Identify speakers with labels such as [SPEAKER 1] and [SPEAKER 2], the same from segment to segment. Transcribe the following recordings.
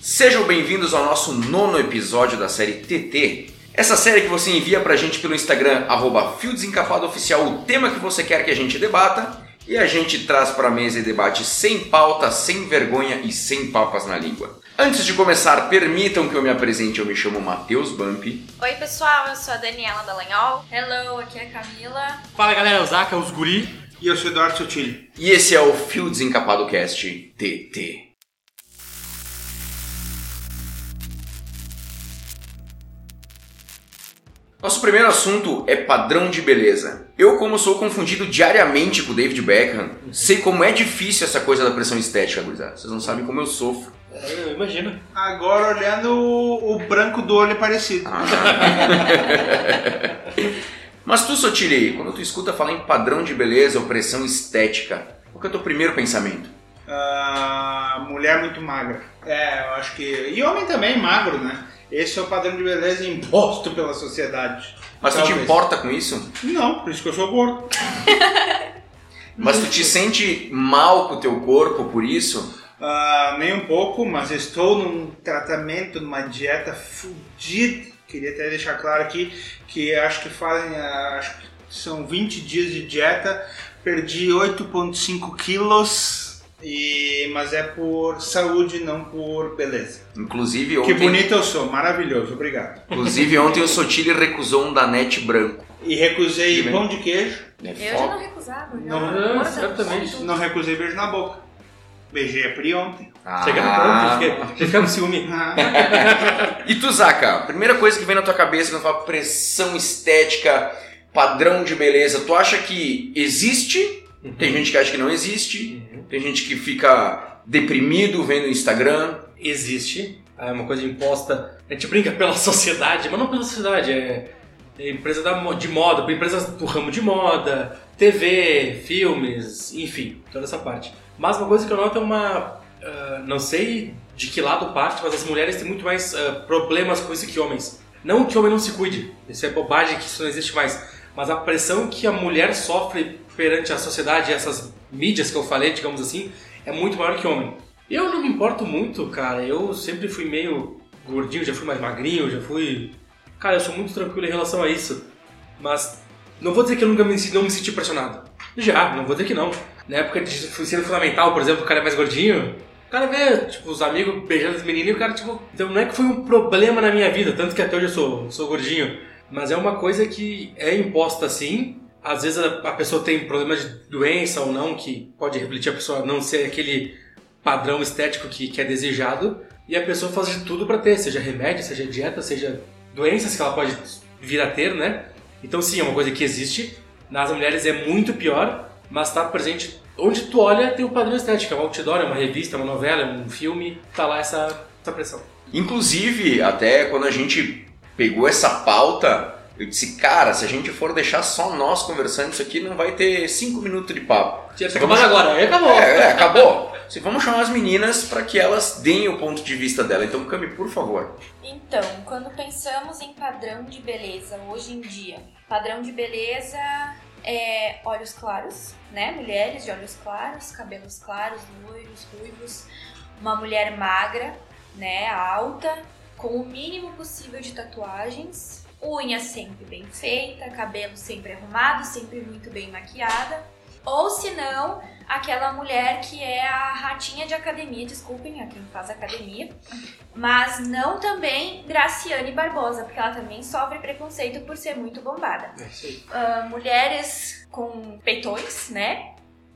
[SPEAKER 1] Sejam bem-vindos ao nosso nono episódio da série TT. Essa série que você envia pra gente pelo Instagram, arroba Fio Desencapado Oficial, o tema que você quer que a gente debata, e a gente traz pra mesa e debate sem pauta, sem vergonha e sem papas na língua. Antes de começar, permitam que eu me apresente, eu me chamo Matheus Bump.
[SPEAKER 2] Oi, pessoal, eu sou a Daniela Dallagnol.
[SPEAKER 3] Hello, aqui é a Camila.
[SPEAKER 4] Fala galera, o Zaka, os guri.
[SPEAKER 5] E eu sou Eduardo Sotilli.
[SPEAKER 1] E esse é o Fio Desencapado Cast TT. Nosso primeiro assunto é padrão de beleza. Eu, como sou confundido diariamente com o David Beckham, sei como é difícil essa coisa da pressão estética, gurizada. Vocês não sabem como eu sofro.
[SPEAKER 4] É, Eu imagino.
[SPEAKER 5] Agora olhando o, o branco do olho é parecido.
[SPEAKER 1] Mas tu, Sotile, quando tu escuta falar em padrão de beleza ou pressão estética, qual que é o teu primeiro pensamento?
[SPEAKER 5] Ah, mulher muito magra. É, eu acho que. E homem também magro, né? Esse é o padrão de beleza imposto pela sociedade.
[SPEAKER 1] Mas tu te
[SPEAKER 5] Talvez.
[SPEAKER 1] importa com isso?
[SPEAKER 5] Não, por isso que eu sou gordo.
[SPEAKER 1] Mas tu te sente mal com o teu corpo por isso?
[SPEAKER 5] Ah, nem um pouco, mas estou num tratamento, numa dieta fudida. Queria até deixar claro aqui que acho que fazem, ah, acho que são 20 dias de dieta, perdi 8,5 quilos, e, mas é por saúde, não por beleza.
[SPEAKER 1] Inclusive
[SPEAKER 5] Que
[SPEAKER 1] ontem,
[SPEAKER 5] bonito eu sou, maravilhoso, obrigado.
[SPEAKER 1] inclusive ontem o Sotile recusou um danete branco.
[SPEAKER 5] E recusei
[SPEAKER 1] Que bem.
[SPEAKER 5] pão de queijo,
[SPEAKER 1] É
[SPEAKER 3] Eu já não recusava, já.
[SPEAKER 5] Não,
[SPEAKER 3] Agora tá
[SPEAKER 4] certamente.
[SPEAKER 3] tudo.
[SPEAKER 5] não recusei beijo na boca. Beijei a Pri ontem.
[SPEAKER 1] Ah.
[SPEAKER 4] Chegando pronto, já- já ficamos ciúme.
[SPEAKER 5] Ah,
[SPEAKER 1] E tu, Zaca, primeira coisa que vem na tua cabeça quando fala pressão estética, padrão de beleza, tu acha que existe? Tem
[SPEAKER 5] Uhum.
[SPEAKER 1] gente que acha que não existe, tem gente que fica deprimido vendo o Instagram.
[SPEAKER 4] Existe, é uma coisa imposta. A gente brinca pela sociedade, mas não pela sociedade, é é empresa da mo- de moda, empresas do ramo de moda, TV, filmes, enfim, toda essa parte. Mas uma coisa que eu noto é uma. ah, não sei de que lado parte, mas as mulheres têm muito mais ah, problemas com isso que homens. Não que homem não se cuide, isso é bobagem, que isso não existe mais. Mas a pressão que a mulher sofre perante a sociedade, essas mídias que eu falei, digamos assim, é muito maior que o homem. Eu não me importo muito, cara. Eu sempre fui meio gordinho, já fui mais magrinho, já fui. Cara, eu sou muito tranquilo em relação a isso. Mas não vou dizer que eu nunca me, não me senti pressionado. Já, não vou dizer que não. Na época de ensino fundamental, por exemplo, o cara é mais gordinho. O cara vê, tipo, os amigos beijando as meninas e o cara, tipo. Então não é que foi um problema na minha vida, tanto que até hoje eu sou, sou gordinho. Mas é uma coisa que é imposta assim. Às vezes a, a pessoa tem problema de doença ou não, que pode refletir a pessoa não ser aquele padrão estético que, que é desejado e a pessoa faz de tudo pra ter, seja remédio, seja dieta, seja doenças que ela pode vir a ter, né? Então sim, é uma coisa que existe. Nas mulheres é muito pior, mas tá presente onde tu olha tem o padrão estético, é um outdoor, é uma revista, é uma novela, é um filme, tá lá essa, essa pressão.
[SPEAKER 1] Inclusive, até quando a gente pegou essa pauta, eu disse, cara, se a gente for deixar só nós conversando isso aqui, não vai ter cinco minutos de papo.
[SPEAKER 4] Tinha que acabar agora, aí acabou.
[SPEAKER 1] É, é, acabou. Assim, Vamos chamar as meninas para que elas deem o ponto de vista dela. Então, Cami, por favor.
[SPEAKER 3] Então, quando pensamos em padrão de beleza hoje em dia, padrão de beleza é olhos claros, né? Mulheres de olhos claros, cabelos claros, loiros, ruivos, uma mulher magra, né? Alta, com o mínimo possível de tatuagens, unha sempre bem feita, cabelo sempre arrumado, sempre muito bem maquiada. Ou se não, aquela mulher que é a ratinha de academia, desculpem a quem faz academia, mas não também Graciane Barbosa, porque ela também sofre preconceito por ser muito bombada.
[SPEAKER 4] É isso aí.
[SPEAKER 3] Ah, mulheres com peitões, né?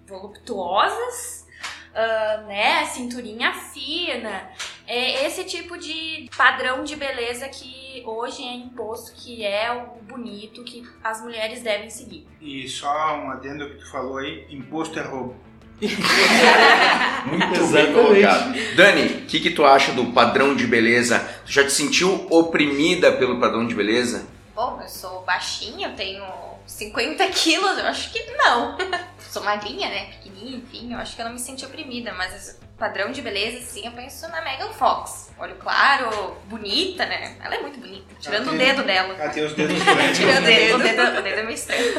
[SPEAKER 3] Voluptuosas, ah, né? Cinturinha fina. É esse tipo de padrão de beleza que hoje é imposto, que é o bonito, que as mulheres devem seguir.
[SPEAKER 5] e só um adendo que tu falou aí, imposto é roubo.
[SPEAKER 1] Muito bem
[SPEAKER 4] Exatamente.
[SPEAKER 1] colocado. Dani, o que, que tu acha do padrão de beleza? Tu já te sentiu oprimida pelo padrão de beleza?
[SPEAKER 2] Bom, eu sou baixinha, eu tenho 50 quilos, eu acho que não. sou magrinha, né? Pequenininha, enfim, eu acho que eu não me senti oprimida, mas padrão de beleza, sim, eu penso na Megan Fox. Olho claro, bonita, né? Ela é muito bonita, tirando o
[SPEAKER 5] tem-
[SPEAKER 2] dedo dela.
[SPEAKER 5] Ah, tem os dedos grandes.
[SPEAKER 2] Tirando o dedo, o dedo, o dedo é meio estranho.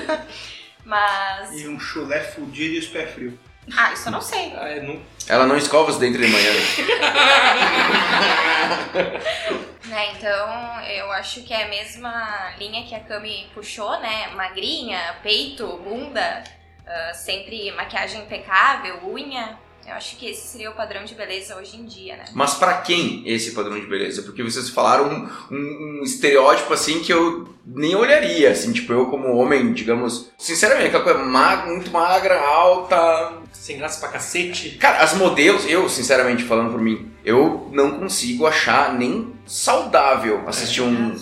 [SPEAKER 2] Mas.
[SPEAKER 5] E um chulé fudido e os pés frios.
[SPEAKER 2] Ah, isso eu não sei.
[SPEAKER 4] Ah, eu não-
[SPEAKER 1] Ela não escova os dentes de manhã.
[SPEAKER 2] Né, então eu acho que é a mesma linha que a Cami puxou, né? Magrinha, peito, bunda, ah, sempre maquiagem impecável, unha. Eu acho que esse seria o padrão de beleza hoje em dia, né?
[SPEAKER 1] Mas pra quem esse padrão de beleza? Porque vocês falaram um, um- um estereótipo assim que eu nem olharia, assim, tipo, eu como homem, digamos, sinceramente, aquela coisa ma- muito magra, alta.
[SPEAKER 4] Sem graça pra cacete.
[SPEAKER 1] Cara, as modelos, eu, sinceramente, falando por mim, eu não consigo achar nem saudável assistir um. um-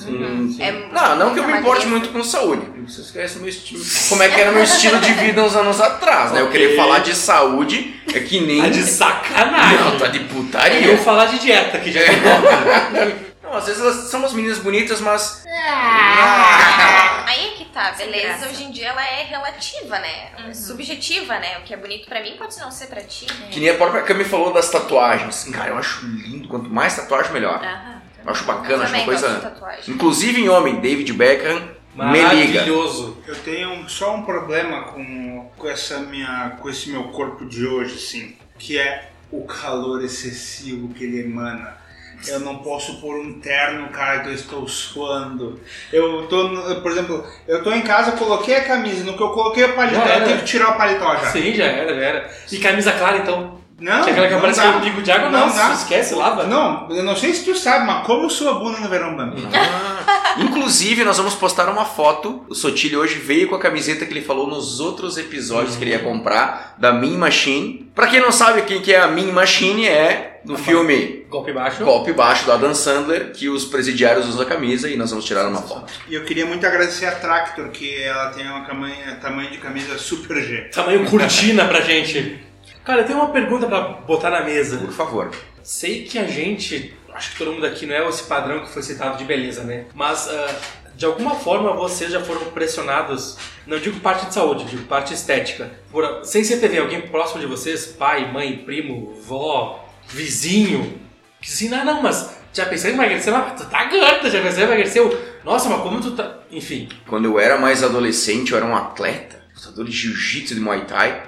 [SPEAKER 4] Sim.
[SPEAKER 2] É
[SPEAKER 1] Não, não que eu me
[SPEAKER 2] magreza.
[SPEAKER 1] importe muito com saúde. porque Vocês conhecem meu estilo. Como é que era meu estilo de vida uns anos atrás, né? Eu
[SPEAKER 4] Ok.
[SPEAKER 1] queria falar de saúde, é que nem.
[SPEAKER 4] Tá de É. sacanagem.
[SPEAKER 1] Não, tá de
[SPEAKER 4] E
[SPEAKER 1] putaria.
[SPEAKER 4] eu falar de dieta, que já é
[SPEAKER 1] Não, às vezes elas são umas meninas bonitas, mas.
[SPEAKER 2] Ah, Aí é que tá,
[SPEAKER 3] Sem
[SPEAKER 2] beleza
[SPEAKER 3] graça.
[SPEAKER 2] hoje em dia ela é relativa, né? Subjetiva, né? O que é bonito pra mim pode não ser pra ti. né?
[SPEAKER 1] Que nem a própria Cami falou das tatuagens. Cara, eu acho lindo. Quanto mais tatuagem, melhor.
[SPEAKER 3] Aham.
[SPEAKER 1] Eu acho
[SPEAKER 2] Eu
[SPEAKER 1] bacana, acho uma
[SPEAKER 2] também gosto de
[SPEAKER 1] coisa.
[SPEAKER 2] tatuagem.
[SPEAKER 1] Inclusive em homem, David Beckham me liga.
[SPEAKER 4] Maravilhoso.
[SPEAKER 5] Eu tenho um- só um problema com, com essa minha, com esse meu corpo de hoje, assim, que é o calor excessivo que ele emana. Eu não posso pôr um terno, cara, que eu estou suando. Eu tô, no- por exemplo, eu tô em casa, coloquei a camisa, no que eu coloquei o paletó,
[SPEAKER 4] Já era.
[SPEAKER 5] eu tenho que tirar o paletó já.
[SPEAKER 4] Sim, já era, já era. E camisa clara, então.
[SPEAKER 5] Não,
[SPEAKER 4] que é aquela que
[SPEAKER 5] não
[SPEAKER 4] aparece
[SPEAKER 5] dá.
[SPEAKER 4] com um bico de água,
[SPEAKER 5] Não
[SPEAKER 4] não.
[SPEAKER 5] dá.
[SPEAKER 4] Esquece, lava.
[SPEAKER 5] Não, eu não sei se tu sabe, mas como sua bunda no verão, Bambi?
[SPEAKER 1] Ah. Inclusive, nós vamos postar uma foto. O Sotile hoje veio com a camiseta que ele falou nos outros episódios que ele ia comprar, da Mean Machine. Pra quem não sabe quem que é a Mean Machine, é do filme
[SPEAKER 4] Golpe baixo.
[SPEAKER 1] Golpe Baixo, do Adam Sandler, que os presidiários usam a camisa e nós vamos tirar uma foto.
[SPEAKER 5] E eu queria muito agradecer a Tractor, que ela tem um tamanho, tamanho de camisa super G.
[SPEAKER 4] Tamanho cortina pra gente. Cara, eu tenho uma pergunta pra botar na mesa.
[SPEAKER 1] Por favor.
[SPEAKER 4] Sei que a gente, acho que todo mundo aqui não é esse padrão que foi citado de beleza, né? Mas ah, de alguma forma vocês já foram pressionados, não digo parte de saúde, digo parte estética. Por- sem ser TV, alguém próximo de vocês, pai, mãe, primo, vó, vizinho, que assim, não, não, mas já pensei em emagrecer, mas tu tá gorda, já pensei em emagrecer, nossa, mas como tu tá. Enfim,
[SPEAKER 1] Quando eu era mais adolescente, eu era um atleta, lutador de jiu-jitsu e de muay thai,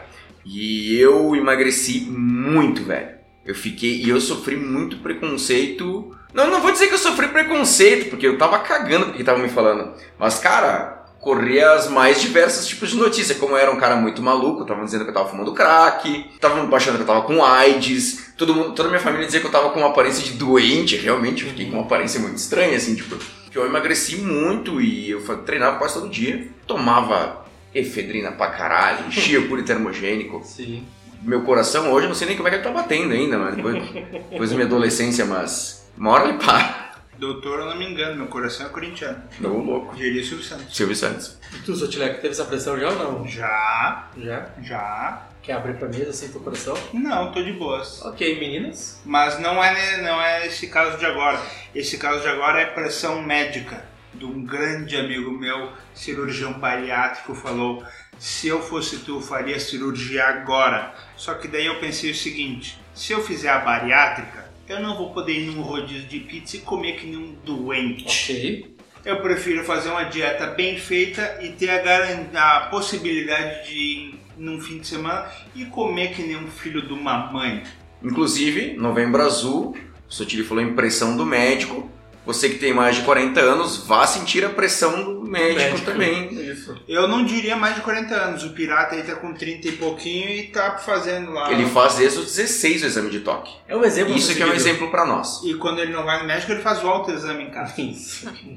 [SPEAKER 1] e eu emagreci muito, velho. Eu fiquei e eu sofri muito preconceito. Não, não vou dizer que eu sofri preconceito, porque eu tava cagando porque tava me falando. Mas cara, corria as mais diversos tipos de notícia, como eu era um cara muito maluco, tava dizendo que eu tava fumando crack, tava baixando que eu tava com AIDS, todo mundo, toda minha família dizia que eu tava com uma aparência de doente, realmente eu fiquei com uma aparência muito estranha assim, tipo, que eu emagreci muito e eu fa- treinava quase todo dia. Tomava efedrina pra caralho, enchia o puro termogênico.
[SPEAKER 4] sim.
[SPEAKER 1] Meu coração hoje, eu não sei nem como é que ele tá batendo ainda, mano. Depois, depois da minha adolescência, mas uma hora ele para.
[SPEAKER 5] Doutor, eu não me engano, meu coração é corintiano.
[SPEAKER 1] Tô louco.
[SPEAKER 5] Diria Silvio Santos.
[SPEAKER 1] Silvio Santos.
[SPEAKER 4] E tu, Sotileco, teve essa pressão já ou não?
[SPEAKER 5] Já,
[SPEAKER 4] Já?
[SPEAKER 5] já.
[SPEAKER 4] Quer abrir pra mesa assim pro coração?
[SPEAKER 5] Não, tô de boas.
[SPEAKER 4] Ok, meninas.
[SPEAKER 5] Mas não é, ne- não é esse caso de agora. Esse caso de agora é pressão médica. De um grande amigo meu, cirurgião bariátrico, falou: se eu fosse tu, eu faria cirurgia agora. Só que daí eu pensei o seguinte: se eu fizer a bariátrica, eu não vou poder ir num rodízio de pizza e comer que nem um doente.
[SPEAKER 4] Ok.
[SPEAKER 5] Eu prefiro fazer uma dieta bem feita e ter a, garan- a possibilidade de ir num fim de semana e comer que nem um filho de uma mãe.
[SPEAKER 1] Inclusive, Novembro Azul, o Sotile falou em pressão do médico. Você que tem mais de 40 anos, vá sentir a pressão do médico,
[SPEAKER 4] Médico.
[SPEAKER 1] também.
[SPEAKER 4] Isso.
[SPEAKER 5] Eu não diria mais de 40 anos, o pirata aí tá com 30 e pouquinho e tá fazendo lá.
[SPEAKER 1] Ele faz desde os 16 o exame de toque.
[SPEAKER 4] É um exemplo.
[SPEAKER 1] Isso que é um
[SPEAKER 4] seguidor.
[SPEAKER 1] exemplo pra nós.
[SPEAKER 5] E quando ele não vai no médico, ele faz o autoexame em casa.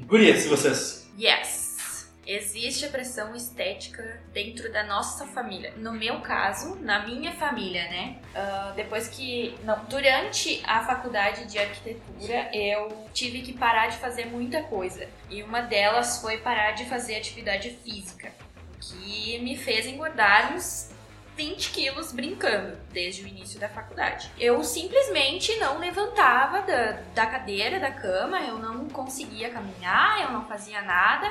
[SPEAKER 4] Gurias, e vocês?
[SPEAKER 3] Yes! Existe a pressão estética dentro da nossa família. No meu caso, na minha família, né? Ah, depois que. Não, durante a faculdade de arquitetura, eu tive que parar de fazer muita coisa. E uma delas foi parar de fazer atividade física, o que me fez engordar uns 20 quilos brincando desde o início da faculdade. Eu simplesmente não levantava da, da cadeira, da cama, eu não conseguia caminhar, eu não fazia nada.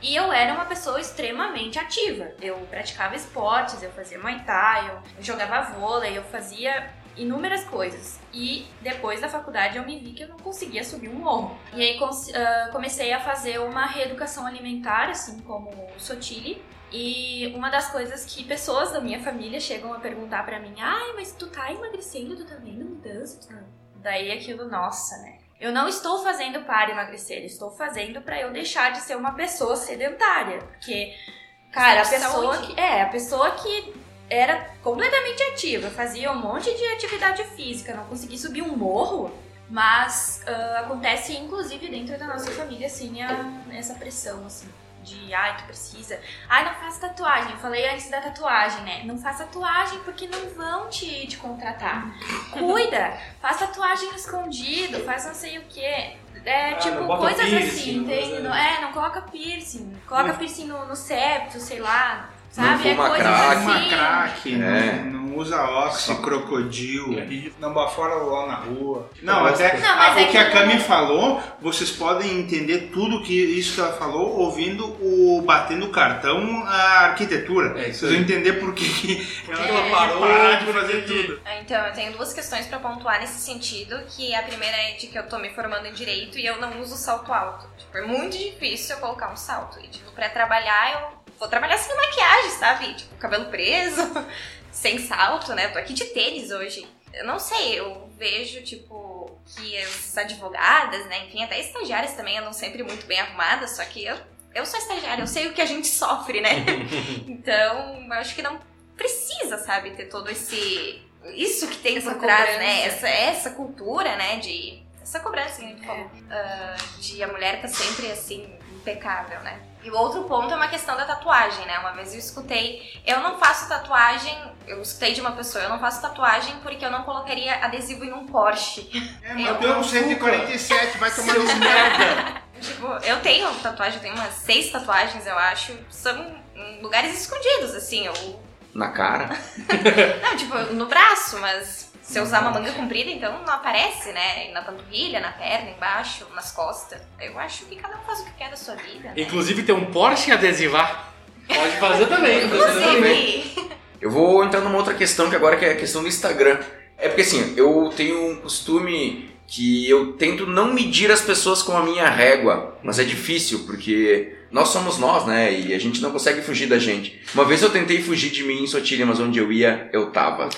[SPEAKER 3] E eu era uma pessoa extremamente ativa. Eu praticava esportes, eu fazia muay thai, eu jogava vôlei, eu fazia inúmeras coisas. E depois da faculdade eu me vi que eu não conseguia subir um morro. E aí cons- ah, comecei a fazer uma reeducação alimentar, assim como o Sotile. E uma das coisas que pessoas da minha família chegam a perguntar pra mim: ai, mas tu tá emagrecendo, tu tá vendo mudança? Tu tá... Daí aquilo, nossa, né? Eu não estou fazendo para emagrecer, eu estou fazendo pra eu deixar de ser uma pessoa sedentária. Porque, cara, a
[SPEAKER 2] Saúde.
[SPEAKER 3] pessoa que. É, a pessoa que era completamente ativa, fazia um monte de atividade física, não consegui subir um morro, mas ah, acontece inclusive dentro da nossa família, assim, a- essa pressão, assim, de ai, tu precisa. Ai, não faz tatuagem. Eu falei antes da tatuagem, né? Não faz tatuagem porque não vão te, te contratar. Cuida, faz tatuagem escondido, faz não sei o quê. É,
[SPEAKER 4] Ah,
[SPEAKER 3] tipo,
[SPEAKER 4] não bota
[SPEAKER 3] coisas assim,
[SPEAKER 4] piercing, né?
[SPEAKER 3] entende?
[SPEAKER 4] coisa-
[SPEAKER 3] Não- É, não coloca piercing. Coloca piercing no, no septo, sei lá. Sabe?
[SPEAKER 1] Não fuma
[SPEAKER 3] é coisas
[SPEAKER 1] crack.
[SPEAKER 3] assim.
[SPEAKER 5] Uma crack,
[SPEAKER 1] É.
[SPEAKER 5] não, não usa óxido, crocodilo, não bafora lá na rua. Não,
[SPEAKER 4] Nossa.
[SPEAKER 5] até
[SPEAKER 3] Não, mas
[SPEAKER 5] ah,
[SPEAKER 3] é
[SPEAKER 5] o que
[SPEAKER 3] que
[SPEAKER 5] a Cami
[SPEAKER 3] não-
[SPEAKER 5] falou, vocês podem entender tudo que isso que ela falou ouvindo o Batendo Cartão a Arquitetura.
[SPEAKER 4] É isso
[SPEAKER 5] vocês vão entender por que que ela,
[SPEAKER 4] ela parou
[SPEAKER 5] parar de
[SPEAKER 4] de
[SPEAKER 5] fazer
[SPEAKER 4] fazer
[SPEAKER 5] tudo.
[SPEAKER 2] Então, eu tenho duas questões pra pontuar nesse sentido, que a primeira é de que eu tô me formando em direito e eu não uso salto alto. Tipo, é muito difícil eu colocar um salto. E, tipo, pra trabalhar, eu vou trabalhar sem maquiagem, sabe? Tipo, cabelo preso, sem salto, né? Eu tô aqui de tênis hoje. Eu não sei, eu vejo, tipo, que as advogadas, né? Enfim, até estagiárias também andam sempre muito bem arrumadas, só que eu, eu sou estagiária, eu sei o que a gente sofre, né? então, eu acho que não precisa, sabe, ter todo esse. Isso que tem
[SPEAKER 3] Essa
[SPEAKER 2] por trás, né? Essa,
[SPEAKER 3] cobrança.
[SPEAKER 2] essa cultura, né? De. Essa cobrança, assim, falou. ah, de a mulher tá sempre assim, impecável, né? E o outro ponto é uma questão da tatuagem, né? Uma vez eu escutei, eu não faço tatuagem, eu escutei de uma pessoa, eu não faço tatuagem porque eu não colocaria adesivo em um Porsche.
[SPEAKER 5] É,
[SPEAKER 2] Eu
[SPEAKER 5] mas deu um 147, vai tomar no merda.
[SPEAKER 2] Tipo, eu tenho tatuagem, eu tenho umas seis tatuagens, eu acho. São em lugares escondidos, assim. Eu...
[SPEAKER 1] Na cara.
[SPEAKER 2] Não, tipo, no braço, mas se eu usar uma manga comprida, então não aparece, né? Na panturrilha, na perna, embaixo, nas costas. Eu acho que cada um faz o que quer da sua vida. Né?
[SPEAKER 4] Inclusive tem um Porsche adesivar. Pode fazer também. pode fazer também.
[SPEAKER 2] Inclusive,
[SPEAKER 1] Eu vou entrar numa outra questão que agora que é a questão do Instagram. É porque assim, eu tenho um costume que eu tento não medir as pessoas com a minha régua, mas é difícil porque nós somos nós, né? E a gente não consegue fugir da gente. Uma vez eu tentei fugir de mim em Sotilha, mas onde eu ia, eu tava.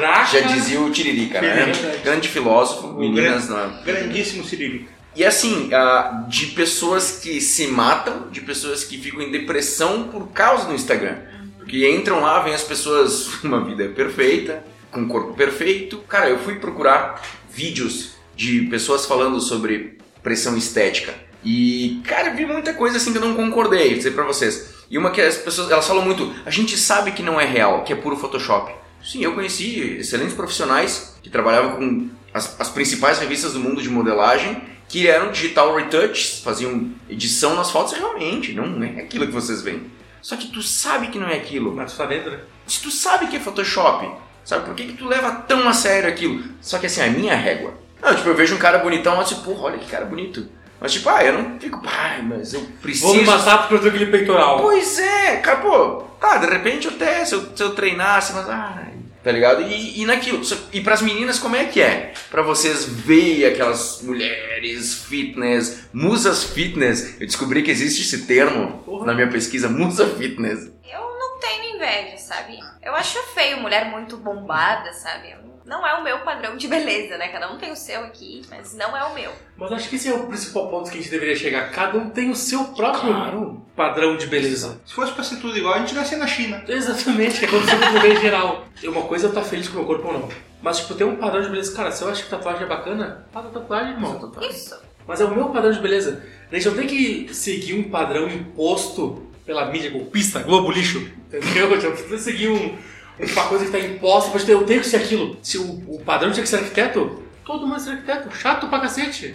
[SPEAKER 4] Caraca!
[SPEAKER 1] Já dizia o Tiririca, né?
[SPEAKER 4] Verdade.
[SPEAKER 1] Grande filósofo, meninas na.
[SPEAKER 5] Grandíssimo Cirílico.
[SPEAKER 1] E assim, ah, de pessoas que se matam, de pessoas que ficam em depressão por causa do Instagram. Porque entram lá, vêm as pessoas, uma vida perfeita, com um corpo perfeito. Cara, eu fui procurar vídeos de pessoas falando sobre pressão estética. E, cara, eu vi muita coisa assim que eu não concordei, vou dizer pra vocês. E uma que as pessoas, elas falam muito, a gente sabe que não é real, que é puro Photoshop. Sim, eu conheci excelentes profissionais que trabalhavam com as, as principais revistas do mundo de modelagem, que eram digital retouchs, faziam edição nas fotos, e realmente, não é aquilo que vocês veem. Só que tu sabe que não é aquilo.
[SPEAKER 4] Mas tu tá dentro, né?
[SPEAKER 1] Se tu sabe que é Photoshop, sabe por que, que tu leva tão a sério aquilo? Só que assim, a minha régua. Não, tipo, eu vejo um cara bonitão, eu tipo, porra, olha que cara bonito. Mas tipo, ah, eu não fico, pai, mas eu preciso.
[SPEAKER 4] Vou me matar porque eu tenho aquele peitoral.
[SPEAKER 1] Pois é, cara, pô, tá, de repente eu até, se eu, se eu treinasse, mas ai, tá ligado? E, e naquilo, só- e pras meninas como é que é? Pra vocês verem aquelas mulheres fitness, musas fitness, eu descobri que existe esse termo
[SPEAKER 4] Porra.
[SPEAKER 1] na minha pesquisa, musa fitness.
[SPEAKER 2] eu não tenho inveja, sabe? Eu acho feio mulher muito bombada, sabe? Não é o meu padrão de beleza, né? Cada um tem o seu aqui, mas não é o meu.
[SPEAKER 4] Mas acho que esse é o principal ponto que a gente deveria chegar. Cada um tem o seu próprio padrão de beleza.
[SPEAKER 5] Se fosse pra ser tudo igual, a gente nascia na China.
[SPEAKER 4] Exatamente, que aconteceu com o bem geral. Uma coisa é eu tá feliz com o meu corpo ou não. Mas, tipo, tem um padrão de beleza. Cara, se eu acho que tatuagem é bacana, faz a tatuagem, irmão.
[SPEAKER 2] Isso.
[SPEAKER 4] Mas é o meu padrão de beleza. A gente não tem que seguir um padrão imposto pela mídia golpista, Globo Lixo. Entendeu? A gente não precisa seguir um, uma coisa que está imposta, mas eu tenho que ser aquilo. Se o, o padrão tinha que ser arquiteto, todo mundo é ser arquiteto. Chato pra cacete.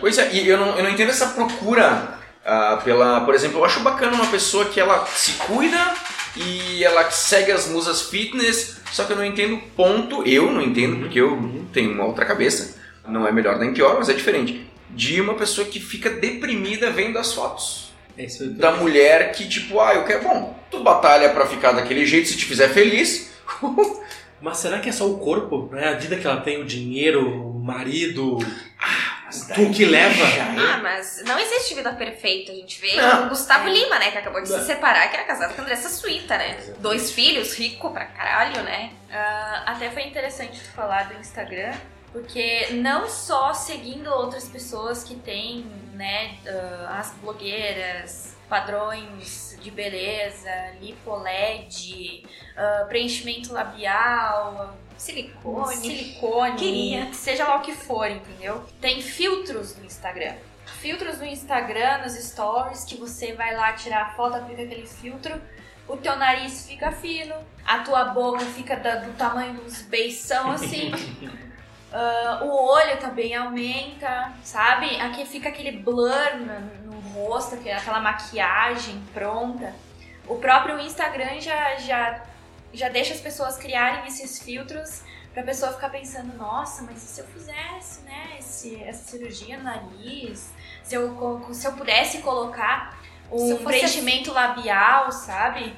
[SPEAKER 1] Pois é, e eu não, eu não entendo essa procura ah, pela. Por exemplo, eu acho bacana uma pessoa que ela se cuida e ela segue as musas fitness, só que eu não entendo o ponto, eu não entendo, porque eu tenho uma outra cabeça. Não é melhor nem pior, mas é diferente. De uma pessoa que fica deprimida vendo as fotos.
[SPEAKER 4] É isso aí.
[SPEAKER 1] Da mulher que, tipo, ah, eu quero. Bom, tu batalha pra ficar daquele jeito se te fizer feliz.
[SPEAKER 4] Mas será que é só o corpo? Não é a vida que ela tem, o dinheiro, o marido, Ah, tu que leva?
[SPEAKER 2] Ah, mas não existe vida perfeita. A gente vê
[SPEAKER 1] Não.
[SPEAKER 2] o Gustavo Lima, né? Que acabou de
[SPEAKER 4] Não.
[SPEAKER 2] se separar, que era casado com a Andressa Suíta, né?
[SPEAKER 4] Exatamente.
[SPEAKER 2] Dois filhos, rico pra caralho, né?
[SPEAKER 3] Ah, até foi interessante tu falar do Instagram, porque não só seguindo outras pessoas que têm, né, ah, as blogueiras, padrões de beleza, lipoled, ah, preenchimento labial,
[SPEAKER 2] Silicone.
[SPEAKER 3] silicone,
[SPEAKER 2] Queria.
[SPEAKER 3] seja lá o que for, entendeu? Tem filtros no Instagram. Filtros no Instagram, nos stories, que você vai lá tirar a foto, aplica aquele filtro, o teu nariz fica fino, a tua boca fica da- do tamanho dos beição assim. Ah, o olho também aumenta, sabe? Aqui fica aquele blur no, no rosto, aquela- aquela maquiagem pronta. O próprio Instagram já, já, já deixa as pessoas criarem esses filtros pra pessoa ficar pensando, nossa, mas e se eu fizesse, né, esse, essa cirurgia no nariz? Se eu, co- se eu pudesse colocar
[SPEAKER 2] Se
[SPEAKER 3] um
[SPEAKER 2] eu fosse
[SPEAKER 3] preenchimento labial, sabe?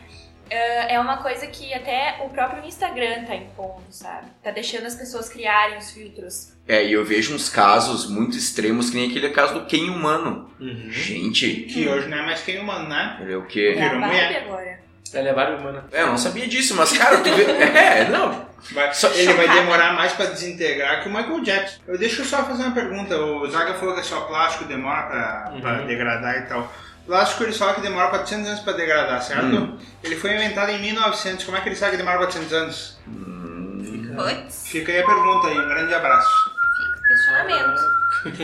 [SPEAKER 3] É é uma coisa que até o próprio Instagram tá impondo, sabe? Tá deixando as pessoas criarem os filtros.
[SPEAKER 1] É, e eu vejo uns casos muito extremos, que nem aquele caso do Ken humano.
[SPEAKER 4] Uhum.
[SPEAKER 1] Gente,
[SPEAKER 5] Que hoje não é mais quem humano, né?
[SPEAKER 1] ele é o quê?
[SPEAKER 3] É a
[SPEAKER 5] Virou
[SPEAKER 3] Barbie
[SPEAKER 5] mulher.
[SPEAKER 3] agora.
[SPEAKER 4] Ela é Barbie humana.
[SPEAKER 1] É, eu não sabia disso, mas cara, tu vê... É, não.
[SPEAKER 5] Vai-
[SPEAKER 1] Só-
[SPEAKER 5] ele vai demorar mais pra desintegrar que o Michael Jackson. Eu deixa eu só fazer uma pergunta. O Zaga falou que é só plástico demora pra,
[SPEAKER 4] Uhum.
[SPEAKER 5] pra degradar e tal. Plástico ele fala que demora 400 anos pra degradar, certo?
[SPEAKER 1] Hum.
[SPEAKER 5] Ele foi inventado em 1900. Como é que ele sabe que demora 400 anos?
[SPEAKER 1] Hum,
[SPEAKER 2] Putz,
[SPEAKER 5] Fica aí a pergunta aí. Um grande abraço.
[SPEAKER 2] fica o questionamento.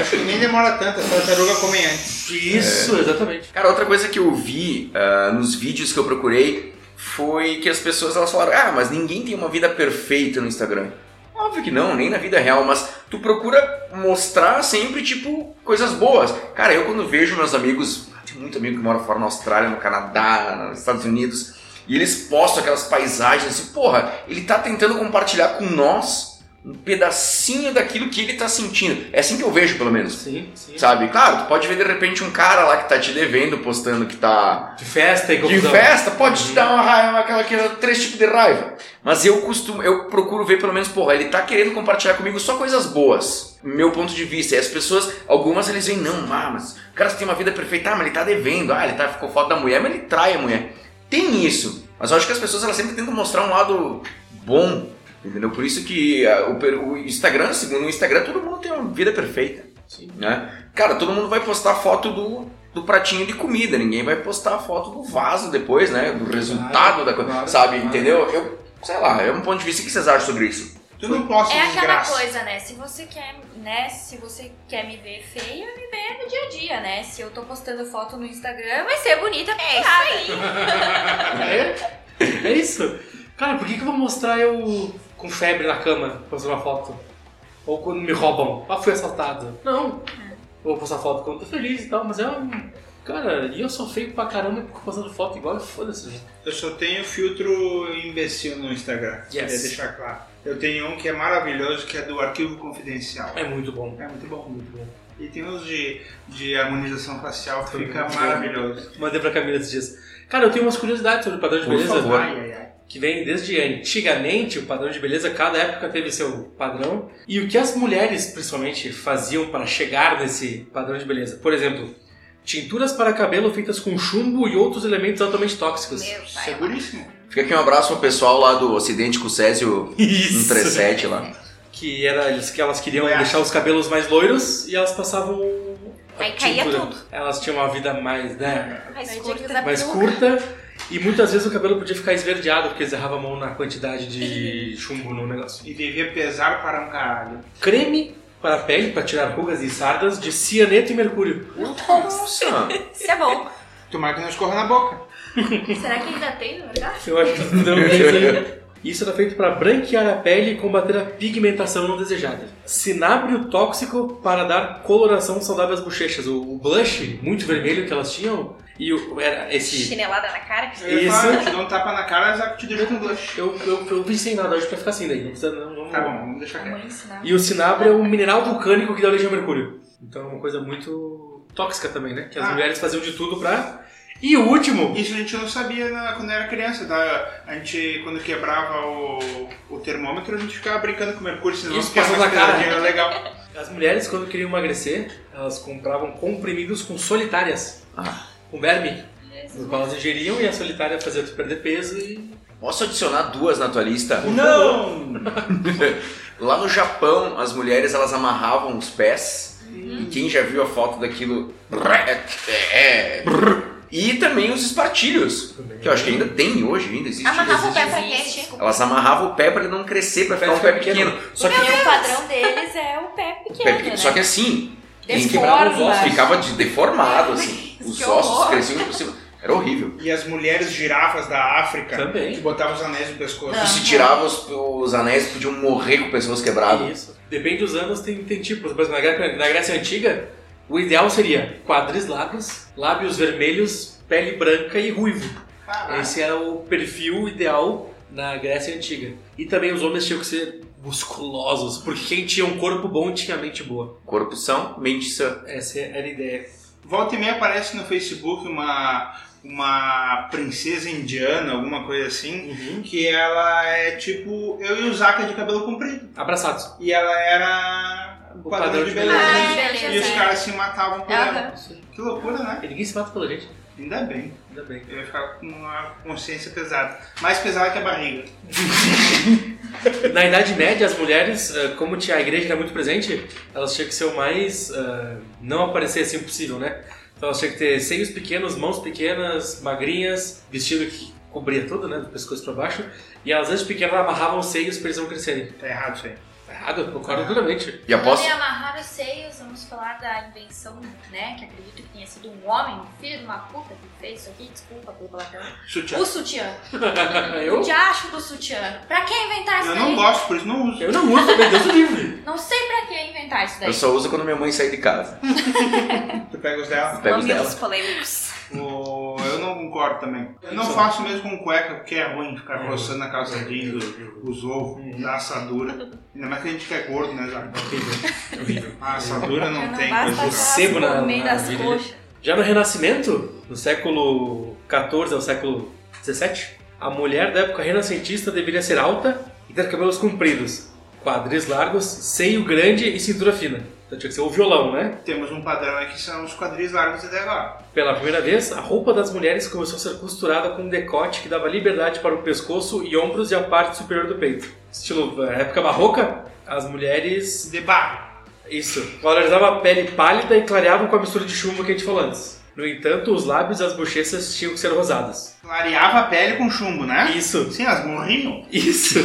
[SPEAKER 5] Acho que nem demora tanto. As tartarugas comem antes.
[SPEAKER 1] É.
[SPEAKER 4] Isso, exatamente.
[SPEAKER 1] Cara, outra coisa que eu vi ah, nos vídeos que eu procurei foi que as pessoas elas falaram: Ah, mas ninguém tem uma vida perfeita no Instagram. Óbvio que não, nem na vida real, mas tu procura mostrar sempre, tipo, coisas boas. Cara, eu quando vejo meus amigos, ah, tem muito amigo que mora fora na Austrália, no Canadá, nos Estados Unidos, e eles postam aquelas paisagens assim, porra, ele tá tentando compartilhar com nós um pedacinho daquilo que ele tá sentindo. É assim que eu vejo, pelo menos.
[SPEAKER 4] Sim, sim.
[SPEAKER 1] Sabe? Claro, tu pode ver de repente um cara lá que tá te devendo, postando que tá
[SPEAKER 4] De festa e
[SPEAKER 1] de
[SPEAKER 4] confusão.
[SPEAKER 1] festa, pode te dar uma raiva, aquela, aquela três tipos de raiva. Mas eu costumo, eu procuro ver pelo menos, porra, ele tá querendo compartilhar comigo só coisas boas. Meu ponto de vista. E as pessoas, algumas eles veem, não, ah, mas o cara tem uma vida perfeita, ah, mas ele tá devendo, ah, ele tá, ficou foto da mulher, mas ele trai a mulher. Tem isso. Mas eu acho que as pessoas elas sempre tentam mostrar um lado bom. Entendeu? Por isso que ah, o, per- o Instagram, segundo o Instagram, todo mundo tem uma vida perfeita
[SPEAKER 4] Sim.
[SPEAKER 1] né? Cara, todo mundo vai postar foto do, do pratinho de comida, ninguém vai postar a foto do vaso depois, né? Do resultado da coisa,
[SPEAKER 4] claro,
[SPEAKER 1] sabe?
[SPEAKER 4] claro.
[SPEAKER 1] Entendeu? Eu, sei lá, é um ponto de vista o que vocês acham sobre isso.
[SPEAKER 5] Tu não posta
[SPEAKER 3] É aquela
[SPEAKER 5] desgraça.
[SPEAKER 3] coisa, né? Se você quer, né? Se você quer me ver feia, me vê no dia a dia, né? Se eu tô postando foto no Instagram, vai ser bonita. É isso aí.
[SPEAKER 4] É, é isso. Cara, por que, que eu vou mostrar eu com febre na cama postando uma foto? Ou quando me roubam? Ah, fui assaltado. Não. Eu vou postar foto quando tô feliz e tal, mas é um. Cara, e eu sou feio pra caramba e fico postando foto igual e foda-se. gente.
[SPEAKER 5] Eu só tenho filtro imbecil no Instagram. Queria
[SPEAKER 4] Yes.
[SPEAKER 5] deixar claro. Eu tenho um que é maravilhoso, que é do arquivo confidencial.
[SPEAKER 4] É muito bom.
[SPEAKER 5] É muito bom.
[SPEAKER 4] Muito bom.
[SPEAKER 5] E tem uns de, de harmonização facial que
[SPEAKER 4] Foi
[SPEAKER 5] fica
[SPEAKER 4] muito
[SPEAKER 5] maravilhoso.
[SPEAKER 4] Mandei pra Camila esses dias. Cara, eu tenho umas curiosidades sobre o padrão de
[SPEAKER 1] Por
[SPEAKER 4] beleza.
[SPEAKER 1] favor.
[SPEAKER 5] Ai, ai, ai.
[SPEAKER 4] que vem desde antigamente, o padrão de beleza, cada época teve seu padrão. E o que as mulheres, principalmente, faziam para chegar nesse padrão de beleza? Por exemplo, tinturas para cabelo feitas com chumbo e outros elementos altamente tóxicos.
[SPEAKER 2] Meu pai. amado.
[SPEAKER 5] Seguríssimo.
[SPEAKER 1] Fica aqui um abraço pro pessoal lá do Ocidente com o Césio
[SPEAKER 4] Isso!
[SPEAKER 1] 137 lá.
[SPEAKER 4] Que era eles que elas queriam
[SPEAKER 5] Goiás.
[SPEAKER 4] deixar os cabelos mais loiros e elas passavam a
[SPEAKER 2] Aí caía
[SPEAKER 4] tintura.
[SPEAKER 2] tudo. Tá
[SPEAKER 4] Elas tinham uma vida mais, né,
[SPEAKER 2] Mas
[SPEAKER 3] Aí tinha que
[SPEAKER 2] curta.
[SPEAKER 3] usar
[SPEAKER 4] mais curta. E muitas vezes o cabelo podia ficar esverdeado, porque eles erravam a mão na quantidade de chumbo no negócio.
[SPEAKER 5] E devia pesar para um caralho.
[SPEAKER 4] creme para a pele para tirar rugas e sardas de cianeto e mercúrio.
[SPEAKER 1] Nossa!
[SPEAKER 2] Isso é bom.
[SPEAKER 5] Tomara que não escorra na boca.
[SPEAKER 3] Será que ainda tem no mercado?
[SPEAKER 4] Eu acho que não tem isso aí. Isso era feito para branquear a pele e combater a pigmentação não desejada. Cinábrio tóxico para dar coloração saudável às bochechas. O o blush muito vermelho que elas tinham e o- era esse.
[SPEAKER 2] Chinelada na cara.
[SPEAKER 5] Eu ia falar,
[SPEAKER 4] Isso.
[SPEAKER 5] te dou um tapa na cara, já te deixa com blush.
[SPEAKER 4] Eu, eu, eu pensei em nada hoje pra ficar assim daí. Não precisa, não, não-
[SPEAKER 5] Tá bom, vamos deixar
[SPEAKER 3] A
[SPEAKER 5] quieto.
[SPEAKER 3] mãe ensinava.
[SPEAKER 4] E o cinábrio é um mineral vulcânico que dá origem ao mercúrio. Então é uma coisa muito tóxica também, né? Que as
[SPEAKER 5] Ah.
[SPEAKER 4] mulheres faziam de tudo pra E o último,
[SPEAKER 5] Isso a gente não sabia na- quando era criança, tá? A gente, quando quebrava o, o termômetro, a gente ficava brincando com o mercúrio, senão
[SPEAKER 4] Isso,
[SPEAKER 5] ficava
[SPEAKER 4] passando na cara.
[SPEAKER 5] pesadinho, era legal.
[SPEAKER 4] as mulheres quando queriam emagrecer, elas compravam comprimidos com solitárias,
[SPEAKER 1] Ah,
[SPEAKER 4] com verme, no qual elas ingeriam e a solitária fazia tu perder peso e...
[SPEAKER 1] posso adicionar duas na tua lista?
[SPEAKER 5] Não!
[SPEAKER 1] Lá no Japão, as mulheres elas amarravam os pés.
[SPEAKER 2] Uhum.
[SPEAKER 1] E quem já viu a foto daquilo. é, é, E também os espartilhos, que eu acho que é ainda tem hoje, ainda existe.
[SPEAKER 2] Amarrava o
[SPEAKER 1] existe.
[SPEAKER 2] pé pra quê?
[SPEAKER 3] Existe.
[SPEAKER 2] Desculpa.
[SPEAKER 1] Elas amarravam o pé pra ele não crescer, pra
[SPEAKER 4] Pra
[SPEAKER 1] ficar um
[SPEAKER 4] ficar
[SPEAKER 1] pé pequeno.
[SPEAKER 4] pequeno.
[SPEAKER 1] Só que,
[SPEAKER 3] E o padrão deles é o pé
[SPEAKER 1] o
[SPEAKER 3] pequeno,
[SPEAKER 1] pé pequeno.
[SPEAKER 3] né?
[SPEAKER 1] Só que assim,
[SPEAKER 4] Eles
[SPEAKER 3] Deforma.
[SPEAKER 4] quebravam os ossos.
[SPEAKER 1] ficava de- deformado, assim. Os
[SPEAKER 2] Que
[SPEAKER 1] ossos
[SPEAKER 2] horror.
[SPEAKER 1] cresciam por cima. Era horrível.
[SPEAKER 5] E as mulheres girafas da África,
[SPEAKER 4] Também.
[SPEAKER 5] que botavam os anéis no pescoço.
[SPEAKER 1] Se tirava os, os anéis, podiam morrer com pessoas quebradas.
[SPEAKER 4] É Isso. Depende dos anos, tem, tem tipos. Por exemplo, na Grécia, na Grécia Antiga, o ideal seria quadris largos, lábios vermelhos, pele branca e ruivo.
[SPEAKER 5] Caraca.
[SPEAKER 4] Esse era o perfil ideal na Grécia Antiga. E também os homens tinham que ser musculosos, porque quem tinha um corpo bom tinha mente boa.
[SPEAKER 1] Corpo são, mente sã.
[SPEAKER 4] Essa era a ideia.
[SPEAKER 5] Volta e meia aparece no Facebook uma, uma princesa indiana, alguma coisa assim,
[SPEAKER 4] Uhum.
[SPEAKER 5] que ela é tipo eu e o Zaka de cabelo comprido.
[SPEAKER 4] Abraçados.
[SPEAKER 5] E ela era o padrão, de beleza.
[SPEAKER 2] beleza.
[SPEAKER 3] Ah,
[SPEAKER 5] E os
[SPEAKER 3] é.
[SPEAKER 5] caras se matavam por ela. Que loucura, né?
[SPEAKER 4] E ninguém se mata pela gente.
[SPEAKER 5] Ainda bem.
[SPEAKER 4] Ainda bem.
[SPEAKER 5] Eu ia ficar com uma consciência pesada. Mais pesada que a barriga.
[SPEAKER 4] Na Idade Média, as mulheres, eh, como tinha a igreja era muito presente, elas tinham que ser o mais. eh, não aparecer assim possível, né? Então elas tinham que ter seios pequenos, mãos pequenas, magrinhas, vestido que cobria tudo, né? Do pescoço pra baixo. E elas, antes de pequenas, amarravam os seios pra eles não crescerem.
[SPEAKER 5] Tá errado isso aí.
[SPEAKER 4] Tá Errado, eu concordo duramente.
[SPEAKER 1] E aposto.
[SPEAKER 3] Também amarrar os seios, vamos falar da invenção, né? Que acredito que tenha sido um homem, um filho de uma puta que fez isso aqui, desculpa pelo palavrão.
[SPEAKER 5] Sutiã.
[SPEAKER 3] O sutiã.
[SPEAKER 4] eu,
[SPEAKER 3] O diacho do sutiã. Pra que inventar isso
[SPEAKER 5] Eu
[SPEAKER 3] daí?
[SPEAKER 5] não gosto, por isso não uso.
[SPEAKER 4] eu não uso, meu Deus do livre.
[SPEAKER 3] Não sei pra que inventar isso daí.
[SPEAKER 1] Eu só uso quando minha mãe sai de casa.
[SPEAKER 5] Tu pega os dela.
[SPEAKER 1] Pega os
[SPEAKER 2] Mamilos
[SPEAKER 1] dela.
[SPEAKER 2] polêmicos.
[SPEAKER 5] O- Eu não concordo também. Eu
[SPEAKER 4] Isso.
[SPEAKER 5] não faço mesmo com cueca, porque é ruim ficar
[SPEAKER 4] É.
[SPEAKER 5] roçando a calçadinha, os ovos, da assadura. Ainda mais que a gente que é gordo, né, Zaca?
[SPEAKER 4] Horrível. Horrível.
[SPEAKER 5] A assadura não, tem
[SPEAKER 2] basta
[SPEAKER 5] coisa.
[SPEAKER 4] dar- sebo na-
[SPEAKER 2] no meio
[SPEAKER 4] na
[SPEAKER 2] das
[SPEAKER 4] virilha.
[SPEAKER 2] coxas.
[SPEAKER 4] Já no Renascimento, no século XIV ao século XVII, a mulher da época renascentista deveria ser alta e ter cabelos compridos, quadris largos, seio grande e cintura fina. Então tinha que ser o violão, né?
[SPEAKER 5] Temos um padrão aqui que são os quadris largos até agora.
[SPEAKER 4] Pela primeira vez, a roupa das mulheres começou a ser costurada com um decote que dava liberdade para o pescoço e ombros e a parte superior do peito. Estilo eh, época barroca, as mulheres,
[SPEAKER 5] De barro.
[SPEAKER 4] isso, valorizavam a pele pálida e clareavam com a mistura de chumbo que a gente falou antes. No entanto, os lábios e as bochechas tinham que ser rosadas.
[SPEAKER 5] Clareava a pele com chumbo, né?
[SPEAKER 4] Isso,
[SPEAKER 5] Sim, as morriam.
[SPEAKER 4] isso.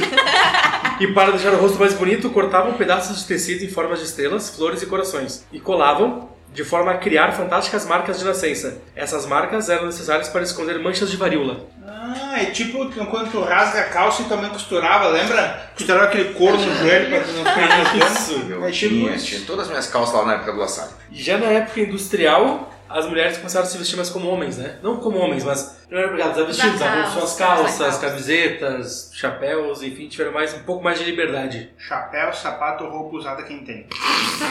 [SPEAKER 4] e para deixar o rosto mais bonito, cortavam pedaços de tecido em formas de estrelas, flores e corações. E colavam de forma a criar fantásticas marcas de nascença. Essas marcas eram necessárias para esconder manchas de varíola.
[SPEAKER 5] Ah, é tipo quando tu rasga a calça e tua mãe costurava, lembra? Costurava aquele couro no joelho pra tu não ficar rasgando.
[SPEAKER 1] Eu
[SPEAKER 5] É tipo
[SPEAKER 1] tinha,
[SPEAKER 5] isso.
[SPEAKER 1] tinha todas as minhas calças lá na época do laçado.
[SPEAKER 4] E já na época industrial, as mulheres começaram a se vestir mais como homens, né? Não como homens, mas primeiro obrigadas a vestir,
[SPEAKER 3] Usar
[SPEAKER 4] usavam suas
[SPEAKER 3] calças,
[SPEAKER 4] calças,
[SPEAKER 3] usar
[SPEAKER 4] camisetas, chapéus, enfim, tiveram mais, um pouco mais de liberdade.
[SPEAKER 5] Chapéu, sapato, roupa usada quem tem.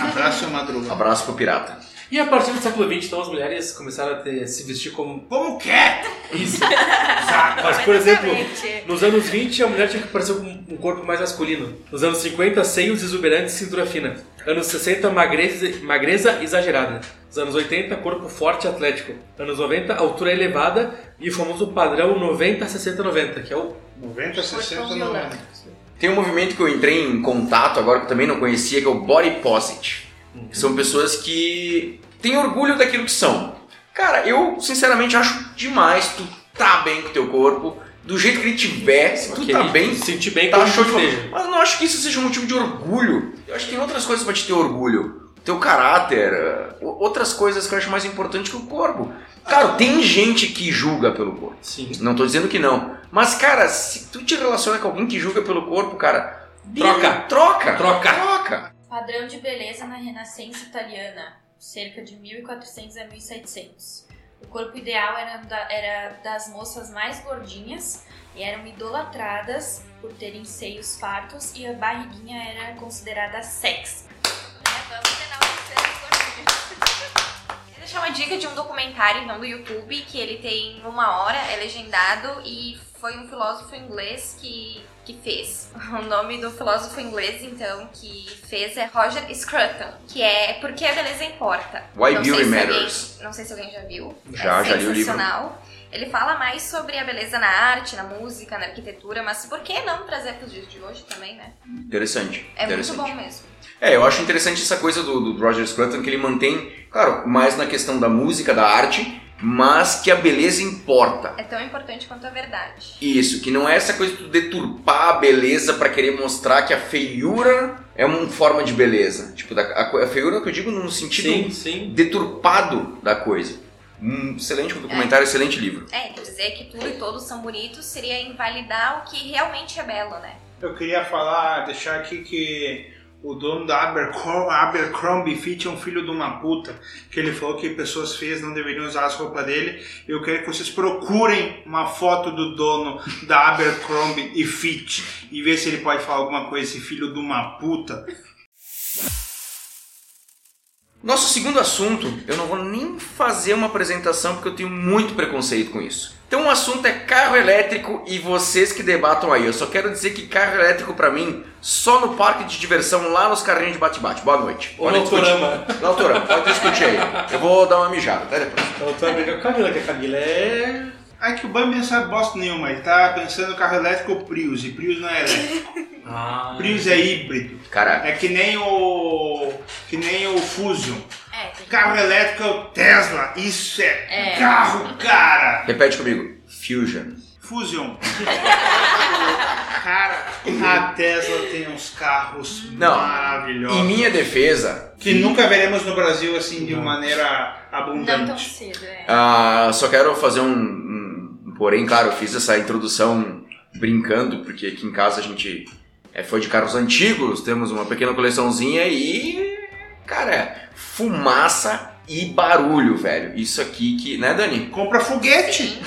[SPEAKER 5] Abraço, seu madruga.
[SPEAKER 1] Abraço pro pirata.
[SPEAKER 4] E a partir do século XX, então, as mulheres começaram a ter- se vestir como
[SPEAKER 5] Como quer?
[SPEAKER 4] isso.
[SPEAKER 5] Zaca.
[SPEAKER 4] Mas, por exemplo,
[SPEAKER 2] Exatamente.
[SPEAKER 4] Nos anos 20, a mulher tinha que parecer com um corpo mais masculino. Nos anos 50, seios exuberantes e cintura fina. Anos 60, magreza, magreza exagerada. Nos anos 80, corpo forte e atlético. Anos 90, altura elevada e o famoso padrão 90-60-90, que é o...
[SPEAKER 5] 90, 60,
[SPEAKER 3] Cortão violão.
[SPEAKER 5] 90.
[SPEAKER 1] Tem um movimento que eu entrei em contato agora que eu também não conhecia, que é o body positive.
[SPEAKER 4] Uhum.
[SPEAKER 1] Que São pessoas que têm orgulho daquilo que são. Cara, eu sinceramente acho demais tu tá bem com teu corpo, do jeito que ele tiver, se tu
[SPEAKER 4] que
[SPEAKER 1] tá
[SPEAKER 4] ele
[SPEAKER 1] bem,
[SPEAKER 4] se sentir bem
[SPEAKER 1] tá
[SPEAKER 4] como
[SPEAKER 1] show de bola.
[SPEAKER 4] esteja.
[SPEAKER 1] Mas eu não acho que isso seja um motivo de orgulho. Eu acho que tem outras coisas pra te ter orgulho. Teu caráter, eh, o- outras coisas que eu acho mais importante que o corpo. Cara, tem gente que julga pelo corpo.
[SPEAKER 4] Sim.
[SPEAKER 1] Não tô dizendo que não. Mas, cara, se tu te relaciona com alguém que julga pelo corpo, cara.
[SPEAKER 4] Troca.
[SPEAKER 1] Troca!
[SPEAKER 4] Troca.
[SPEAKER 1] Troca!
[SPEAKER 3] Padrão de beleza na Renascença Italiana, cerca de 1400 a 1700. O corpo ideal era, da- era das moças mais gordinhas e eram idolatradas por terem seios fartos e a barriguinha era considerada sexy. Né, Vamos enaltecer o corpinho.
[SPEAKER 2] deixar uma dica de um documentário, então, do YouTube, que ele tem uma hora, é legendado, e foi um filósofo inglês que, que fez. O nome do filósofo inglês, então, que fez é Roger Scruton, que é Por que a Beleza Importa.
[SPEAKER 1] Why
[SPEAKER 2] não
[SPEAKER 1] Beauty
[SPEAKER 2] sei se alguém-
[SPEAKER 1] Matters.
[SPEAKER 2] não sei se alguém já viu.
[SPEAKER 1] Já,
[SPEAKER 2] é
[SPEAKER 1] já li o livro.
[SPEAKER 2] sensacional. Ele fala mais sobre a beleza na arte, na música, na arquitetura, mas por que não trazer para os dias de hoje também, né?
[SPEAKER 1] Interessante.
[SPEAKER 2] É muito
[SPEAKER 1] interessante.
[SPEAKER 2] bom mesmo.
[SPEAKER 1] É, eu acho interessante essa coisa do, do Roger Scruton, que ele mantém, claro, mais na questão da música, da arte, mas que a beleza importa.
[SPEAKER 2] É tão importante quanto a verdade.
[SPEAKER 1] Isso, que não é essa coisa de tu deturpar a beleza pra querer mostrar que a feiura é uma forma de beleza. Tipo, da, a, co- a feiura que eu digo num sentido
[SPEAKER 4] Sim, sim.
[SPEAKER 1] deturpado da coisa. Um excelente documentário, excelente livro.
[SPEAKER 2] É, dizer que tudo e todos são bonitos seria invalidar o que realmente é belo, né?
[SPEAKER 5] Eu queria falar, deixar aqui que o dono da Abercro- Abercrombie Fitch é um filho de uma puta, que ele falou que pessoas feias não deveriam usar as roupas dele. Eu quero que vocês procurem uma foto do dono da Abercrombie e Fitch e ver se ele pode falar alguma coisa, esse filho de uma puta.
[SPEAKER 1] Nosso segundo assunto, eu não vou nem fazer uma apresentação porque eu tenho muito preconceito com isso. Então o assunto é carro elétrico e vocês que debatam aí. Eu só quero dizer que carro elétrico pra mim só no parque de diversão lá nos carrinhos de bate-bate. Boa noite.
[SPEAKER 4] Ou
[SPEAKER 1] Pode
[SPEAKER 4] no
[SPEAKER 1] discutir.
[SPEAKER 4] Autorama.
[SPEAKER 1] Na autora, pode discutir aí. Eu vou dar uma mijada, até depois.
[SPEAKER 4] No Autorama é com a Camila, que a Camila é...
[SPEAKER 5] Ai que o Bambi não sabe bosta nenhuma, ele tá pensando no carro elétrico ou Prius, e Prius não é elétrico.
[SPEAKER 4] Ah,
[SPEAKER 5] Prius é híbrido.
[SPEAKER 1] Caraca.
[SPEAKER 5] É que nem o. que nem o Fusion.
[SPEAKER 3] É, tem que-
[SPEAKER 5] Carro elétrico é o Tesla. Isso é,
[SPEAKER 3] É.
[SPEAKER 5] carro, cara.
[SPEAKER 1] Repete comigo. Fusion.
[SPEAKER 5] Fusion. cara, a Tesla tem uns carros
[SPEAKER 1] Não. Em
[SPEAKER 5] maravilhosos.
[SPEAKER 1] minha defesa,
[SPEAKER 5] Que nunca veremos no Brasil assim de
[SPEAKER 4] Não.
[SPEAKER 5] maneira
[SPEAKER 3] Não tão
[SPEAKER 5] abundante.
[SPEAKER 3] cedo, é.
[SPEAKER 1] ah, só quero fazer um, um- Porém, claro, eu fiz essa introdução brincando, porque aqui em casa a gente é, foi de carros antigos, temos uma pequena coleçãozinha e. Cara, fumaça e barulho, velho. Isso aqui que. Né, Dani?
[SPEAKER 5] Compra foguete.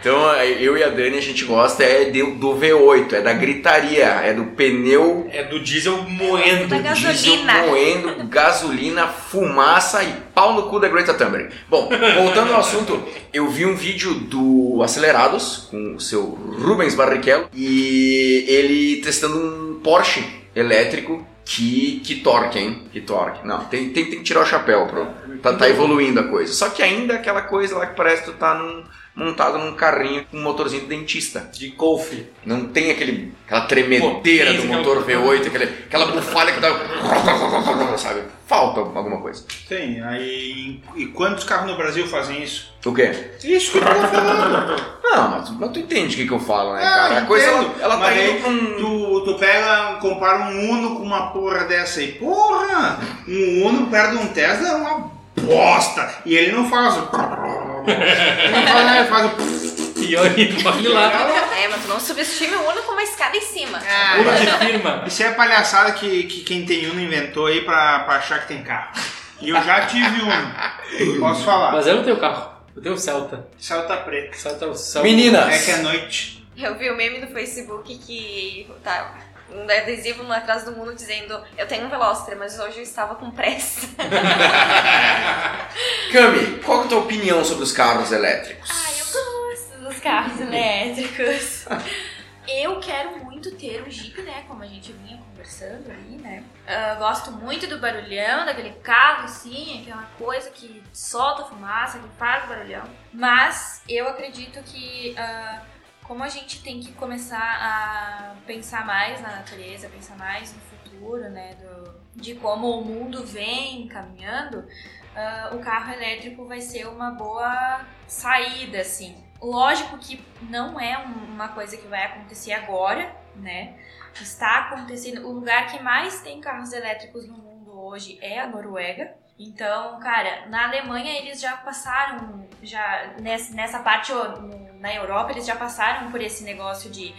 [SPEAKER 1] Então, eu e a Dani, a gente gosta é do, do V8, é da gritaria, é do pneu
[SPEAKER 4] É do diesel moendo.
[SPEAKER 2] Da gasolina.
[SPEAKER 1] Diesel moendo, gasolina, fumaça e pau no cu da Greta Thunberg. Bom, voltando ao assunto, eu vi um vídeo do Acelerados com o seu Rubens Barrichello e ele testando um Porsche elétrico que, que torque, hein? Que torque. Não, tem, tem, tem que tirar o chapéu, pro. Tá, tá evoluindo a coisa. Só que ainda aquela coisa lá que parece que tu tá num- montado num carrinho com um motorzinho de dentista.
[SPEAKER 4] De golfe.
[SPEAKER 1] Não tem aquele, aquela tremedeira
[SPEAKER 4] Pô,
[SPEAKER 1] do
[SPEAKER 4] isso
[SPEAKER 1] motor
[SPEAKER 4] que é
[SPEAKER 1] V8, aquele, aquela bufada que dá. Sabe? Falta alguma coisa.
[SPEAKER 5] Tem. Aí, e quantos carros no Brasil fazem isso?
[SPEAKER 1] O quê?
[SPEAKER 5] Isso que eu tô falando.
[SPEAKER 1] Não, mas, mas tu entende o que, que eu falo, né,
[SPEAKER 5] Ah,
[SPEAKER 1] cara? A coisa
[SPEAKER 5] entendo.
[SPEAKER 1] ela, ela tá
[SPEAKER 5] Mas aí
[SPEAKER 1] indo pra um.
[SPEAKER 5] Tu, tu pega, compara um Uno com uma porra dessa aí. Porra! Um Uno perto de um Tesla é uma bosta! E ele não faz. o Ele não faz, nada, ele faz. o
[SPEAKER 4] E olha, olha lá.
[SPEAKER 2] É, mas tu não subestime o Uno com uma escada em cima.
[SPEAKER 4] Ouro
[SPEAKER 5] Ah,
[SPEAKER 4] de firma.
[SPEAKER 5] Isso é palhaçada que, que quem tem Uno inventou aí pra, pra achar que tem carro. E eu já tive Uno. Posso falar.
[SPEAKER 4] Mas eu não tenho carro. Eu tenho Celta.
[SPEAKER 5] Celta preta.
[SPEAKER 4] Celta, Celta.
[SPEAKER 5] É
[SPEAKER 1] Meninas!
[SPEAKER 5] que é noite.
[SPEAKER 2] Eu vi o meme no Facebook que tá um adesivo no atrás do mundo dizendo eu tenho um Veloster, mas hoje eu estava com pressa.
[SPEAKER 1] Cami, qual que é a tua opinião sobre os carros elétricos?
[SPEAKER 3] Ai, eu gosto dos carros elétricos. Eu quero muito ter um Jeep, né? Como a gente vinha conversando ali, né? Ah, gosto muito do barulhão, daquele carro, assim, aquela coisa que solta fumaça, que faz barulhão. Mas eu acredito que ah, como a gente tem que começar a pensar mais na natureza, pensar mais no futuro, né? do- de como o mundo vem caminhando, ah, o carro elétrico vai ser uma boa saída, assim. Lógico que não é um- uma coisa que vai acontecer agora, né? Está acontecendo. O lugar que mais tem carros elétricos no mundo hoje é a Noruega. Então, cara, na Alemanha eles já passaram, já ness- nessa parte ó, no- na Europa eles já passaram por esse negócio de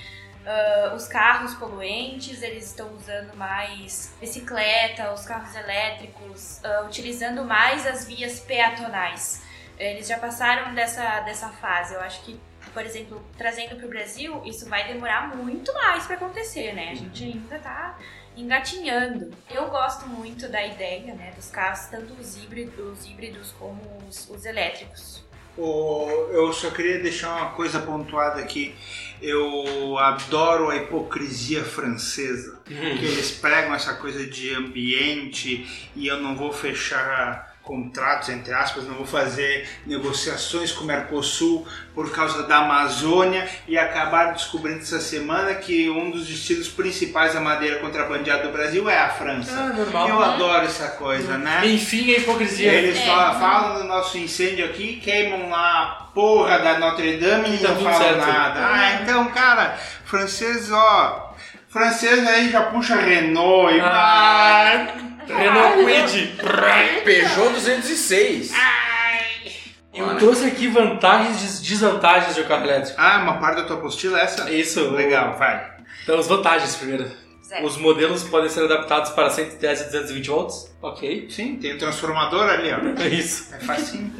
[SPEAKER 3] ah, os carros poluentes, eles estão usando mais bicicleta, os carros elétricos, ah, utilizando mais as vias peatonais. Eles já passaram dessa, dessa fase. Eu acho que, por exemplo,
[SPEAKER 1] Uhum.
[SPEAKER 3] trazendo para o Brasil, isso vai demorar muito mais para acontecer, né? A gente ainda tá engatinhando. Eu gosto muito da ideia, né, dos carros, tanto os híbridos, os híbridos como os, os elétricos.
[SPEAKER 5] O- eu só queria deixar uma coisa pontuada aqui. Eu adoro a hipocrisia francesa. Que eles pregam essa coisa de ambiente e eu não vou fechar contratos, entre aspas, não vou fazer negociações com o Mercosul por causa da Amazônia e acabaram descobrindo essa semana que um dos destinos principais da madeira contrabandeada do Brasil é a França.
[SPEAKER 4] Ah,
[SPEAKER 5] Eu
[SPEAKER 4] normal.
[SPEAKER 5] adoro essa coisa, né?
[SPEAKER 4] Enfim, a hipocrisia.
[SPEAKER 5] Eles
[SPEAKER 3] É.
[SPEAKER 5] só falam do nosso incêndio aqui, queimam lá a porra da Notre Dame e
[SPEAKER 4] Tá
[SPEAKER 5] não
[SPEAKER 4] tudo
[SPEAKER 5] falam
[SPEAKER 4] certo.
[SPEAKER 5] nada. Ah, então, cara, francês, ó. Francês aí já puxa Renault e.
[SPEAKER 4] Ah. Renault Quid.
[SPEAKER 1] né? Peugeot 206.
[SPEAKER 4] Eu
[SPEAKER 1] Bora.
[SPEAKER 4] trouxe aqui vantagens e desvantagens de um carro elétrico.
[SPEAKER 5] Ah, uma parte da tua apostila é essa?
[SPEAKER 4] Isso.
[SPEAKER 5] Legal, vai.
[SPEAKER 4] Então, as vantagens primeiro.
[SPEAKER 2] Zero.
[SPEAKER 4] Os modelos podem ser adaptados para 110 e 220 volts. Ok.
[SPEAKER 5] Sim, tem o transformador ali, ó.
[SPEAKER 4] É isso.
[SPEAKER 5] É facinho.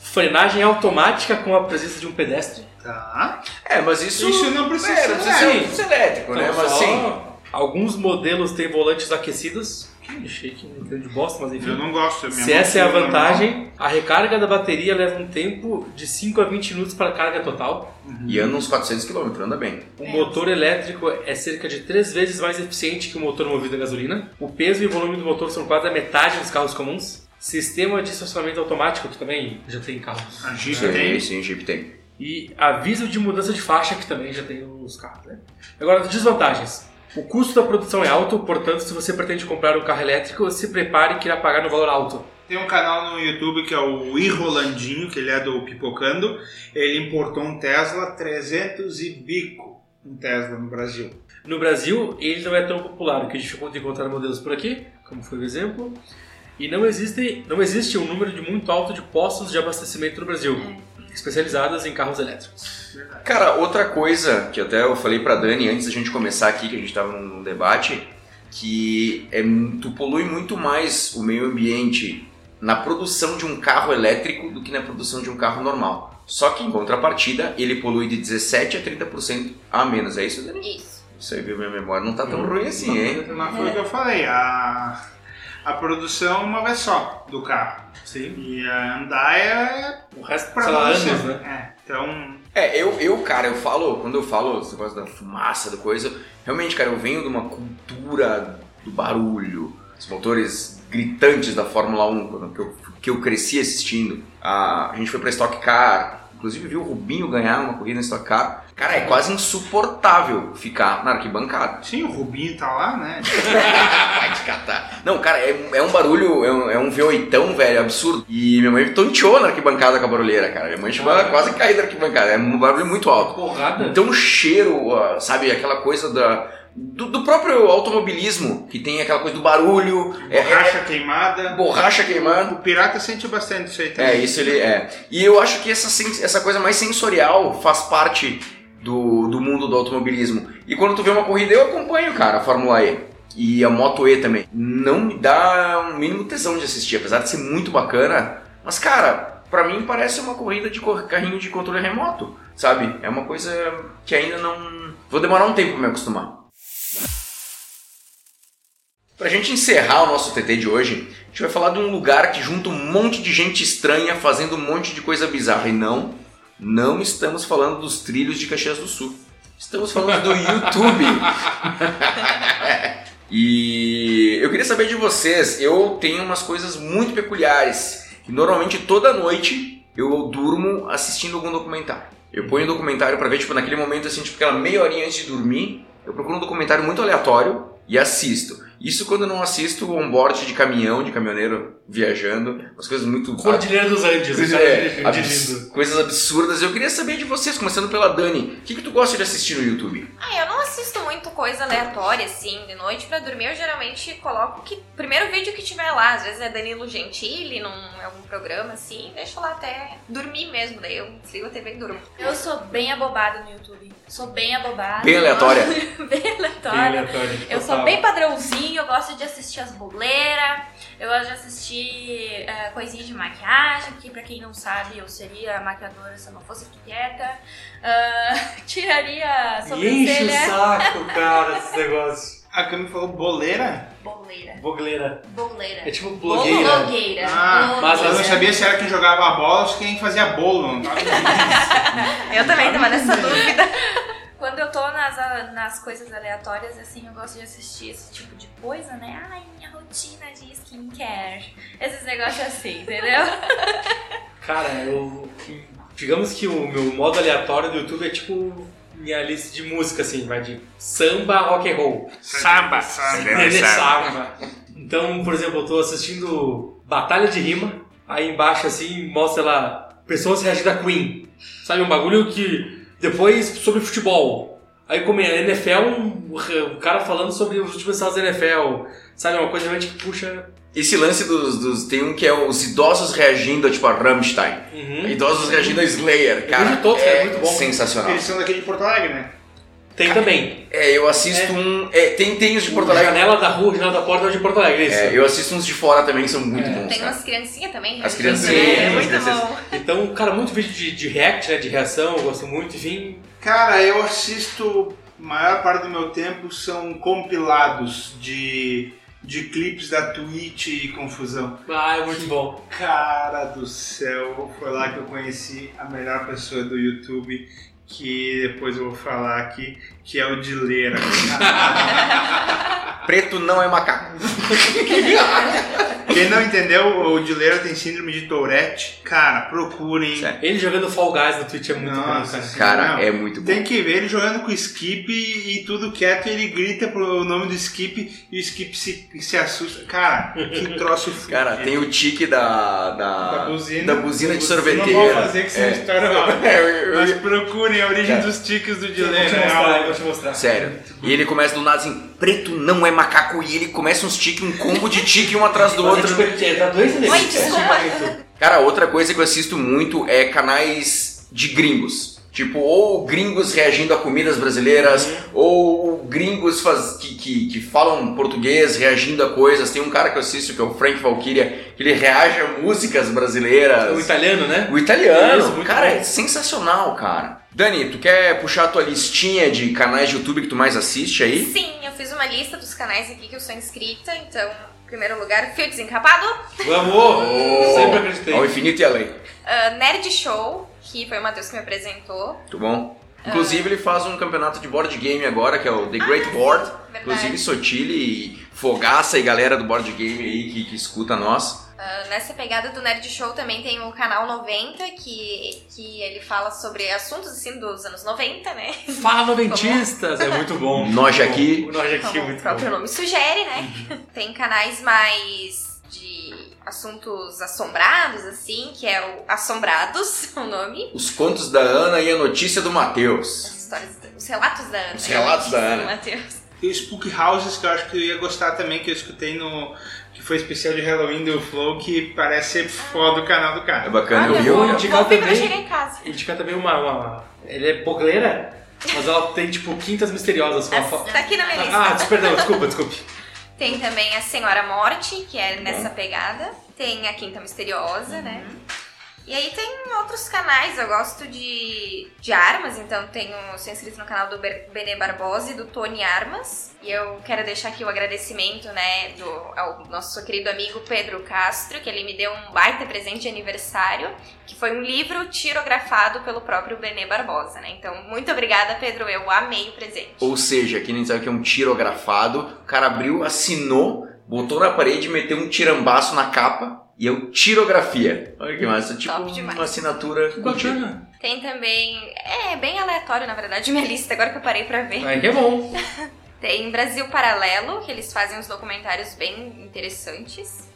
[SPEAKER 4] Frenagem automática com a presença de um pedestre.
[SPEAKER 5] Tá.
[SPEAKER 1] É, mas isso.
[SPEAKER 5] Isso não precisa né?
[SPEAKER 1] é,
[SPEAKER 5] ser
[SPEAKER 1] não precisa ser,
[SPEAKER 4] elétrico.
[SPEAKER 1] não precisa ser elétrico, né?
[SPEAKER 4] Então,
[SPEAKER 1] Mas
[SPEAKER 4] só-
[SPEAKER 1] assim.
[SPEAKER 4] Alguns modelos têm volantes aquecidos. Que chique, não entendo de bosta, mas enfim.
[SPEAKER 5] Eu não gosto. minha
[SPEAKER 4] Se
[SPEAKER 5] mão
[SPEAKER 4] essa é a
[SPEAKER 5] fica na mão.
[SPEAKER 4] vantagem, a recarga da bateria leva um tempo de 5 a 20 minutos para a carga total.
[SPEAKER 1] E anda uns 400 km, anda bem.
[SPEAKER 4] O motor elétrico é cerca de 3 vezes mais eficiente que o motor movido a gasolina. O peso e o volume do motor são quase a metade dos carros comuns. Sistema de estacionamento automático, que também já tem carros.
[SPEAKER 5] A gente
[SPEAKER 1] sim,
[SPEAKER 5] tem.
[SPEAKER 1] sim, Jeep tem.
[SPEAKER 4] E aviso de mudança de faixa, que também já tem os carros. Né? Agora, desvantagens. O custo da produção é alto, portanto, se você pretende comprar um carro elétrico, se prepare que irá pagar no valor alto.
[SPEAKER 5] Tem um canal no YouTube que é o Irrolandinho, que ele é do Pipocando. Ele importou um Tesla 300 e bico, um Tesla no Brasil.
[SPEAKER 4] No Brasil, ele não é tão popular, o que dificulta encontrar modelos por aqui, como foi o exemplo. E não existe, não existe um número de muito alto de postos de abastecimento no Brasil,
[SPEAKER 3] É.
[SPEAKER 4] especializados em carros elétricos.
[SPEAKER 1] Cara, outra coisa que até eu falei pra Dani antes da gente começar aqui, que a gente tava num, num debate, que é mu- tu polui muito mais o meio ambiente na produção de um carro elétrico do que na produção de um carro normal. Só que em contrapartida, ele polui de 17 a 30% a menos. É isso, Dani?
[SPEAKER 2] Isso.
[SPEAKER 1] Isso aí, viu? Minha memória não tá tão ruim assim, hein?
[SPEAKER 5] Mas foi o que eu falei, a, a produção é uma vez só do carro.
[SPEAKER 4] Sim.
[SPEAKER 5] E a Hyundai é
[SPEAKER 4] O resto,
[SPEAKER 5] pra
[SPEAKER 4] sei lá,
[SPEAKER 5] você.
[SPEAKER 4] anos, né?
[SPEAKER 5] É, então,
[SPEAKER 1] É, eu, eu, cara, eu falo, quando eu falo esse negócio da fumaça, do coisa, realmente, cara, eu venho de uma cultura do barulho, os motores gritantes da Fórmula 1, quando- que eu, que eu cresci assistindo. A, a gente foi pra Stock Car, inclusive viu o Rubinho ganhar uma corrida na Stock Car. Cara, é quase insuportável ficar na arquibancada.
[SPEAKER 5] sim, o Rubinho tá lá, né?
[SPEAKER 1] Vai te catar. Não, cara, é, é um barulho, é um, é um V8, velho, absurdo. E minha mãe tonteou na arquibancada com a barulheira, cara. Minha mãe chegou a
[SPEAKER 4] Ah.
[SPEAKER 1] quase cair da arquibancada. É um barulho muito alto.
[SPEAKER 4] Porrada.
[SPEAKER 1] Então o cheiro, ó, sabe, aquela coisa da. Do, do próprio automobilismo, que tem aquela coisa do barulho, é,
[SPEAKER 5] Borracha queimada.
[SPEAKER 1] borracha queimando.
[SPEAKER 5] O pirata sente bastante isso aí
[SPEAKER 1] É,
[SPEAKER 5] também.
[SPEAKER 1] isso ele é. E eu acho que essa, sen- essa coisa mais sensorial faz parte do, do mundo do automobilismo. E quando tu vê uma corrida, eu acompanho, cara, a Fórmula E. E a Moto E também. Não me dá o mínimo tesão de assistir, apesar de ser muito bacana. Mas, cara, pra mim parece uma corrida de cor- carrinho de controle remoto, sabe? É uma coisa que ainda não. Vou demorar um tempo pra me acostumar. Pra gente encerrar o nosso TT de hoje, a gente vai falar de um lugar que junta um monte de gente estranha fazendo um monte de coisa bizarra. E não, não estamos falando dos trilhos de Caxias do Sul. Estamos falando do YouTube. e eu queria saber de vocês. Eu tenho umas coisas muito peculiares. que Normalmente toda noite eu durmo assistindo algum documentário. Eu ponho um documentário pra ver, tipo, naquele momento, assim, tipo, aquela meia horinha antes de dormir. Eu procuro um documentário muito aleatório e assisto. Isso quando eu não assisto on-board de caminhão, de caminhoneiro viajando, umas coisas muito
[SPEAKER 4] Cordilheira dos Andes, o
[SPEAKER 1] Coisas,
[SPEAKER 4] cara
[SPEAKER 1] é,
[SPEAKER 4] dirigindo.
[SPEAKER 1] abs- coisas absurdas. Eu queria saber de vocês, começando pela Dani. O que, que tu gosta de assistir no YouTube?
[SPEAKER 2] Ah, eu não assisto muito coisa aleatória, assim, de noite pra dormir. Eu geralmente coloco o que primeiro vídeo que tiver lá. Às vezes é Danilo Gentili, num em algum programa, assim. Deixo lá até dormir mesmo. Daí eu desligo a TV e durmo.
[SPEAKER 3] Eu sou bem abobada no YouTube. Sou bem abobada.
[SPEAKER 1] Bem aleatória.
[SPEAKER 3] bem
[SPEAKER 4] Bem
[SPEAKER 3] aleatória.
[SPEAKER 4] aleatório,
[SPEAKER 3] Eu
[SPEAKER 4] total.
[SPEAKER 3] sou bem padrãozinho, eu gosto de assistir as boleiras, eu gosto de assistir eh, coisinhas de maquiagem, que pra quem não sabe, eu seria maquiadora se eu não fosse arquiteta. Ah, tiraria a
[SPEAKER 4] Me enche o
[SPEAKER 3] sobrancelha.
[SPEAKER 4] saco, cara, esses negócios.
[SPEAKER 5] A Cami falou boleira?
[SPEAKER 2] Boleira.
[SPEAKER 4] Bogleira.
[SPEAKER 2] Boleira.
[SPEAKER 4] É tipo blogueira.
[SPEAKER 2] Blogueira.
[SPEAKER 5] Ah,
[SPEAKER 4] mas
[SPEAKER 5] eu não
[SPEAKER 4] as-
[SPEAKER 1] é.
[SPEAKER 5] sabia se era quem jogava a bola ou se quem fazia bolo. não tava
[SPEAKER 2] Eu também tava nessa dúvida.
[SPEAKER 3] Quando eu tô nas, a- nas coisas aleatórias, assim, eu gosto de assistir esse tipo de coisa, né? Ai, minha rotina de skincare. Esses negócios assim, entendeu?
[SPEAKER 4] Cara, eu. Digamos que o meu modo aleatório do YouTube é tipo minha lista de música, assim, vai de samba, rock and roll.
[SPEAKER 5] Samba.
[SPEAKER 4] Ele é samba. Então, por exemplo, eu tô assistindo Batalha de Rima, aí embaixo assim mostra lá pessoas reagindo a Queen. Sabe, um bagulho que. Depois sobre futebol. Aí como é a NFL, um, um cara falando sobre os últimos estados da NFL. Sabe, uma coisa realmente que puxa.
[SPEAKER 1] Esse lance dos, dos- Tem um que é os idosos reagindo a, tipo, a Rammstein.
[SPEAKER 4] Uhum.
[SPEAKER 1] Idosos reagindo a Slayer, cara.
[SPEAKER 4] vejo todos, cara,
[SPEAKER 1] é
[SPEAKER 4] é muito bom.
[SPEAKER 1] sensacional.
[SPEAKER 5] Eles são daqui de Porto Alegre, né?
[SPEAKER 4] Tem também.
[SPEAKER 1] É, eu assisto um... é, tem, tem os de Porto Alegre.
[SPEAKER 4] Janela da rua, janela da porta é o de Porto Alegre, isso.
[SPEAKER 1] É, eu assisto uns de fora também que são muito bons,
[SPEAKER 2] Tem
[SPEAKER 1] cara.
[SPEAKER 2] umas criancinhas também.
[SPEAKER 1] As
[SPEAKER 2] né?
[SPEAKER 1] criancinhas,
[SPEAKER 2] É,
[SPEAKER 1] as
[SPEAKER 2] muito
[SPEAKER 1] criancinhas.
[SPEAKER 2] bom.
[SPEAKER 4] Então, cara, muito vídeo de, de react, né, de reação, eu gosto muito, enfim.
[SPEAKER 5] Cara, eu assisto. A maior parte do meu tempo são compilados de, de clipes da Twitch e confusão.
[SPEAKER 4] Ah, é muito bom.
[SPEAKER 5] Cara do céu, foi lá que eu conheci a melhor pessoa do YouTube, que depois eu vou falar aqui, que é o Dileira.
[SPEAKER 1] Preto não é macaco.
[SPEAKER 5] Quem não entendeu, o Dileira tem síndrome de Tourette. Cara, procurem.
[SPEAKER 1] Sério?
[SPEAKER 4] Ele jogando Fall Guys no Twitch é muito bom,
[SPEAKER 5] Nossa
[SPEAKER 4] cara.
[SPEAKER 5] Senhora.
[SPEAKER 1] Cara,
[SPEAKER 5] Não.
[SPEAKER 1] é muito bom.
[SPEAKER 5] Tem que ver ele jogando com o Skip e tudo quieto, ele grita pro nome do Skip e o Skip se, se assusta. Cara, que troço fudido.
[SPEAKER 1] Cara, tem o tique da...
[SPEAKER 4] Ah,
[SPEAKER 1] Da,
[SPEAKER 5] Da buzina.
[SPEAKER 1] da buzina de sorveteira.
[SPEAKER 5] Não vou fazer que você
[SPEAKER 1] É.
[SPEAKER 5] não estoura lá.
[SPEAKER 1] É, eu- eu-
[SPEAKER 5] Mas procurem a origem
[SPEAKER 1] Cara.
[SPEAKER 5] dos tiques do
[SPEAKER 4] Eu vou
[SPEAKER 5] Dileira.
[SPEAKER 4] te
[SPEAKER 5] é
[SPEAKER 4] mostrar, eu
[SPEAKER 5] algo-
[SPEAKER 4] vou te mostrar.
[SPEAKER 1] Sério. E ele começa do nada assim, preto não é macaco, e ele começa uns tique, um combo de tique um atrás do
[SPEAKER 4] Mas é
[SPEAKER 1] outro.
[SPEAKER 4] tipo, ele- ele tá doente nesse
[SPEAKER 2] Oi,
[SPEAKER 4] Twitch,
[SPEAKER 2] desculpa.
[SPEAKER 4] é tipo,
[SPEAKER 1] Cara, outra coisa que eu assisto muito é canais de gringos. Tipo, ou gringos reagindo a comidas brasileiras,
[SPEAKER 4] Uhum.
[SPEAKER 1] ou gringos faz- que, que- que falam português reagindo a coisas. Tem um cara que eu assisto, que é o Frank Valkyria, que ele reage a músicas brasileiras.
[SPEAKER 4] O italiano, né?
[SPEAKER 1] O italiano,
[SPEAKER 4] Isso, muito
[SPEAKER 1] cara,
[SPEAKER 4] bom.
[SPEAKER 1] é sensacional, cara. Dani, tu quer puxar a tua listinha de canais de YouTube que tu mais assiste aí?
[SPEAKER 2] Sim, eu fiz uma lista dos canais aqui que eu sou inscrita. Então, em primeiro lugar, Fio Desencapado,
[SPEAKER 4] Vamos! Sempre acreditei.
[SPEAKER 1] Ao infinito e além.
[SPEAKER 2] ah, Nerd Show, que foi o Matheus que me apresentou.
[SPEAKER 1] Muito bom. Inclusive, ele faz um campeonato de board game agora, que é o The Great Board. Inclusive,
[SPEAKER 2] é Verdade.
[SPEAKER 1] Sotile e Fogaça e galera do board game aí que, que escuta nós.
[SPEAKER 2] Ah, nessa pegada do Nerd Show também tem o canal 90, que, que ele fala sobre assuntos assim dos anos 90, né?
[SPEAKER 4] Fala, dentistas! É muito bom.
[SPEAKER 1] Nós
[SPEAKER 4] muito bom.
[SPEAKER 1] aqui.
[SPEAKER 4] O Nós aqui, é
[SPEAKER 2] Como o
[SPEAKER 4] muito
[SPEAKER 2] próprio
[SPEAKER 4] bom.
[SPEAKER 2] nome sugere,
[SPEAKER 1] Uhum.
[SPEAKER 2] né? Tem canais mais de assuntos assombrados, assim, que é o Assombrados, o nome.
[SPEAKER 1] Os contos da Ana e a notícia do Matheus.
[SPEAKER 2] As histórias, os relatos da Ana.
[SPEAKER 1] Os relatos da Ana.
[SPEAKER 2] Matheus.
[SPEAKER 5] Tem o Spook Houses que eu acho que eu ia gostar também, que eu escutei no. que foi especial de Halloween do Flow, que parece ser foda o canal do
[SPEAKER 1] É
[SPEAKER 5] cara.
[SPEAKER 2] Ah,
[SPEAKER 1] bacana,
[SPEAKER 4] Olha,
[SPEAKER 1] eu vi.
[SPEAKER 4] vou
[SPEAKER 1] olha.
[SPEAKER 4] indicar
[SPEAKER 2] Vou ver quando eu
[SPEAKER 4] também.
[SPEAKER 2] chegar em casa.
[SPEAKER 4] Indicar também uma, uma- Ele é bogleira, mas ela tem, tipo, quintas misteriosas. com a fa-
[SPEAKER 2] Tá aqui na minha lista.
[SPEAKER 4] Ah, perdão, desculpa, desculpa.
[SPEAKER 2] Tem também a Senhora Morte, que é nessa pegada. Tem a Quinta Misteriosa, né? E aí tem outros canais, eu gosto de, de armas, então tenho, sou inscrito no canal do Ber- Benê Barbosa e do Tony Armas. E eu quero deixar aqui o agradecimento, né, do, ao nosso querido amigo Pedro Castro, que ele me deu um baita presente de aniversário, que foi um livro tirografado pelo próprio Benê Barbosa, né? Então, muito obrigada, Pedro, eu amei o presente.
[SPEAKER 1] Ou seja, que nem sabe que é um tirografado. O cara abriu, assinou, botou na parede, meteu um tirambaço na capa e eu tirografia. Olha que massa. Tipo
[SPEAKER 2] Top demais.
[SPEAKER 1] uma assinatura.
[SPEAKER 4] Que é?
[SPEAKER 1] contigo.
[SPEAKER 4] bacana.
[SPEAKER 2] Tem também. É bem aleatório, na verdade, minha lista, agora que eu parei pra ver.
[SPEAKER 4] Aí que é bom.
[SPEAKER 2] Tem Brasil Paralelo, que eles fazem uns documentários bem interessantes.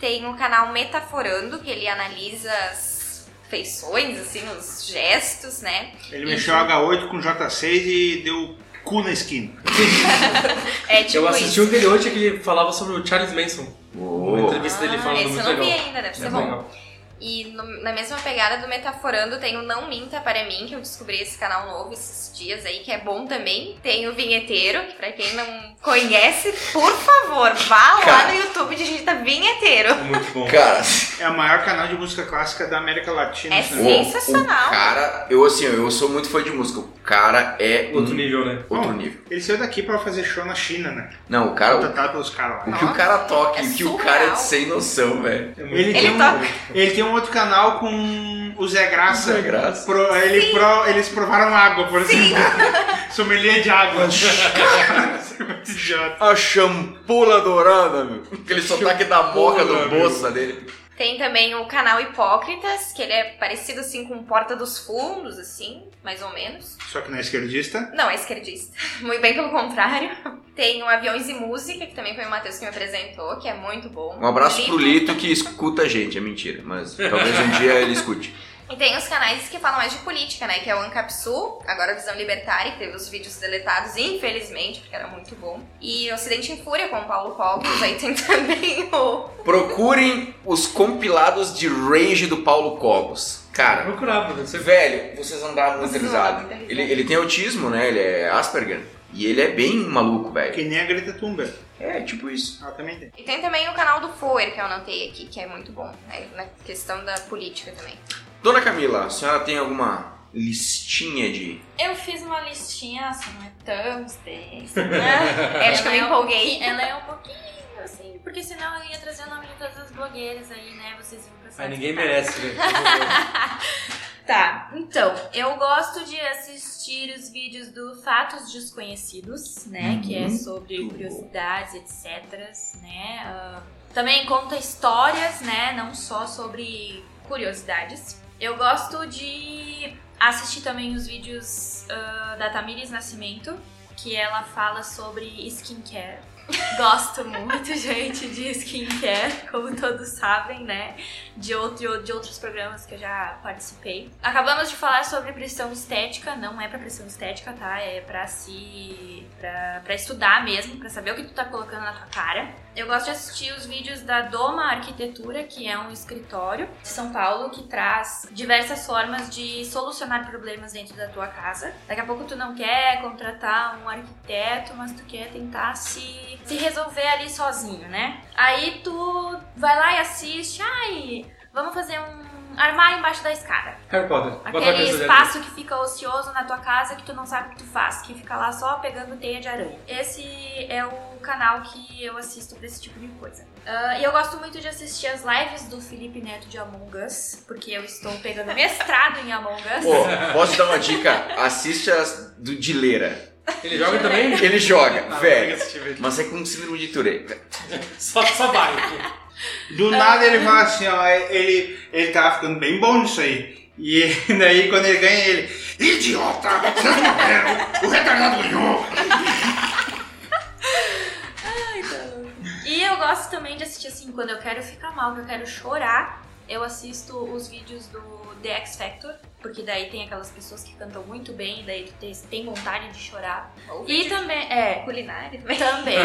[SPEAKER 2] Tem o canal Metaforando, que ele analisa as feições, assim, os gestos, né?
[SPEAKER 5] Ele mexeu o H8 com J6 e deu cu na esquina.
[SPEAKER 2] É tipo
[SPEAKER 4] Eu assisti
[SPEAKER 2] isso.
[SPEAKER 4] um dele hoje que ele falava sobre o Charles Manson.
[SPEAKER 1] Uou.
[SPEAKER 4] Uma entrevista dele
[SPEAKER 2] Ah,
[SPEAKER 4] falando
[SPEAKER 2] esse eu
[SPEAKER 4] muito
[SPEAKER 2] não vi
[SPEAKER 4] legal.
[SPEAKER 2] ainda, deve ser
[SPEAKER 4] É
[SPEAKER 2] bom.
[SPEAKER 4] legal.
[SPEAKER 2] E no- na mesma pegada do Metaforando, tem o Não Minta Para Mim, que eu descobri esse canal novo esses dias aí, que é bom também. Tem o Vinheteiro, que pra quem não conhece, por favor, vá lá
[SPEAKER 1] Cara.
[SPEAKER 2] no YouTube e digita tá Vinheteiro.
[SPEAKER 4] É muito bom.
[SPEAKER 1] Cara,
[SPEAKER 5] É o maior canal de música clássica da América Latina.
[SPEAKER 2] É
[SPEAKER 5] se não
[SPEAKER 1] o,
[SPEAKER 5] me engano.
[SPEAKER 2] Sensacional.
[SPEAKER 1] o cara, eu assim, eu sou muito fã de música. O cara é
[SPEAKER 4] Outro
[SPEAKER 1] um-
[SPEAKER 4] nível, né?
[SPEAKER 1] outro
[SPEAKER 5] Bom.
[SPEAKER 1] nível.
[SPEAKER 5] Ele saiu daqui pra fazer show na China, né?
[SPEAKER 1] Não, É o cara,
[SPEAKER 5] Contratado pelos caras
[SPEAKER 1] o,
[SPEAKER 5] lá.
[SPEAKER 1] o que o cara
[SPEAKER 2] Nossa,
[SPEAKER 1] toca,
[SPEAKER 2] é
[SPEAKER 1] o que o cara é
[SPEAKER 2] surreal.
[SPEAKER 1] sem noção, velho.
[SPEAKER 4] É muito
[SPEAKER 5] Ele,
[SPEAKER 4] bom.
[SPEAKER 5] tem, um,
[SPEAKER 2] toca.
[SPEAKER 5] ele tem um outro canal com o Zé Graça.
[SPEAKER 1] Zé é Graça.
[SPEAKER 5] Pro- ele pro- eles provaram água, por exemplo. Sommelier de água. Muito idiota.
[SPEAKER 1] A champula dourada, meu. Aquele sotaque da boca do bolsa dele.
[SPEAKER 2] Tem também o canal Hipócritas, que ele é parecido assim com Porta dos Fundos, assim, mais ou menos.
[SPEAKER 5] Só que não é esquerdista.
[SPEAKER 2] Não, é esquerdista. Muito bem pelo contrário. Tem o Aviões e Música, que também foi o Matheus que me apresentou, que é muito bom.
[SPEAKER 1] Um abraço pro
[SPEAKER 2] Lito.
[SPEAKER 1] Lito que escuta a gente, é mentira, mas talvez um dia ele escute.
[SPEAKER 2] E tem os canais que falam mais de política, né? Que é o Ancapsul, agora a Visão Libertária, que teve os vídeos deletados, infelizmente, porque era muito bom. E Ocidente em Fúria, com o Paulo Cogos. Aí tem também o...
[SPEAKER 1] Procurem os compilados de Rage do Paulo Cogos.
[SPEAKER 4] Eu
[SPEAKER 1] Cara,
[SPEAKER 4] procurava, né? Você-
[SPEAKER 1] velho, vocês andavam muito
[SPEAKER 2] Vocês não
[SPEAKER 1] risada.
[SPEAKER 2] davam muita risada.
[SPEAKER 1] Ele, ele tem autismo, né? Ele é Asperger. E ele é bem maluco, velho.
[SPEAKER 5] Que nem a Greta Thunberg.
[SPEAKER 1] É, tipo isso.
[SPEAKER 5] Ela também tem.
[SPEAKER 2] E tem também o canal do Foer, que eu anotei aqui, que é muito bom. né? Na questão da política também.
[SPEAKER 1] Dona Camila, a senhora tem alguma listinha de.
[SPEAKER 3] Eu fiz uma listinha, assim, não é tão extensa.
[SPEAKER 2] É, acho que eu me
[SPEAKER 3] Ela é um pouquinho-
[SPEAKER 2] empolguei.
[SPEAKER 3] Ela é um pouquinho, assim, porque senão eu ia trazer o nome de todas as blogueiras aí, né? Vocês iam pensar.
[SPEAKER 4] Mas
[SPEAKER 3] que
[SPEAKER 4] ninguém
[SPEAKER 3] tá.
[SPEAKER 4] merece, velho.
[SPEAKER 3] Tá, então, eu gosto de assistir os vídeos do Fatos Desconhecidos, né? Que é sobre
[SPEAKER 1] Muito
[SPEAKER 3] curiosidades, etc, né? ah, também conta histórias, né? Não só sobre curiosidades. Eu gosto de assistir também os vídeos ah, da Tamires Nascimento, que ela fala sobre skincare. Gosto muito, gente, de skincare, como todos sabem, né? De, outro, de outros programas que eu já participei. Acabamos de falar sobre pressão estética, não é pra pressão estética, tá? É pra se. pra, pra estudar mesmo, pra saber o que tu tá colocando na tua cara. Eu gosto de assistir os vídeos da Doma Arquitetura, que é um escritório de São Paulo que traz diversas formas de solucionar problemas dentro da tua casa. Daqui a pouco tu não quer contratar um arquiteto, mas tu quer tentar se, se resolver ali sozinho, né? Aí tu vai lá e assiste, ai, vamos fazer um armário embaixo da escada.
[SPEAKER 4] Harry Potter. Bota a
[SPEAKER 3] Aquele
[SPEAKER 4] cabeça dentro.
[SPEAKER 3] espaço que fica ocioso na tua casa que tu não sabe o que tu faz, que fica lá só pegando teia de aranha. Esse é o canal que eu assisto pra esse tipo de coisa. Ah, e eu gosto muito de assistir as lives do Felipe Neto de Among Us, porque eu estou pegando mestrado em Among Us.
[SPEAKER 1] Pô, posso dar uma dica? Assiste as do de Leira.
[SPEAKER 4] Ele joga também?
[SPEAKER 1] Ele joga,
[SPEAKER 4] Ah,
[SPEAKER 1] velho.
[SPEAKER 4] pega
[SPEAKER 5] tipo
[SPEAKER 4] esse vídeo.
[SPEAKER 1] Mas é com síndrome de Tourette.
[SPEAKER 4] Só, só vai.
[SPEAKER 5] Do nada ele fala assim, ó, ele, ele tava ficando bem bom nisso aí. E daí quando ele ganha, ele. Idiota! Vocês não querem! O retardado ganhou!
[SPEAKER 3] E eu gosto também de assistir assim, quando eu quero ficar mal, que eu quero chorar, eu assisto os vídeos do The X Factor, porque daí tem aquelas pessoas que cantam muito bem, e daí tu te- tem vontade de chorar. E também, é,
[SPEAKER 2] Culinária também.
[SPEAKER 3] também.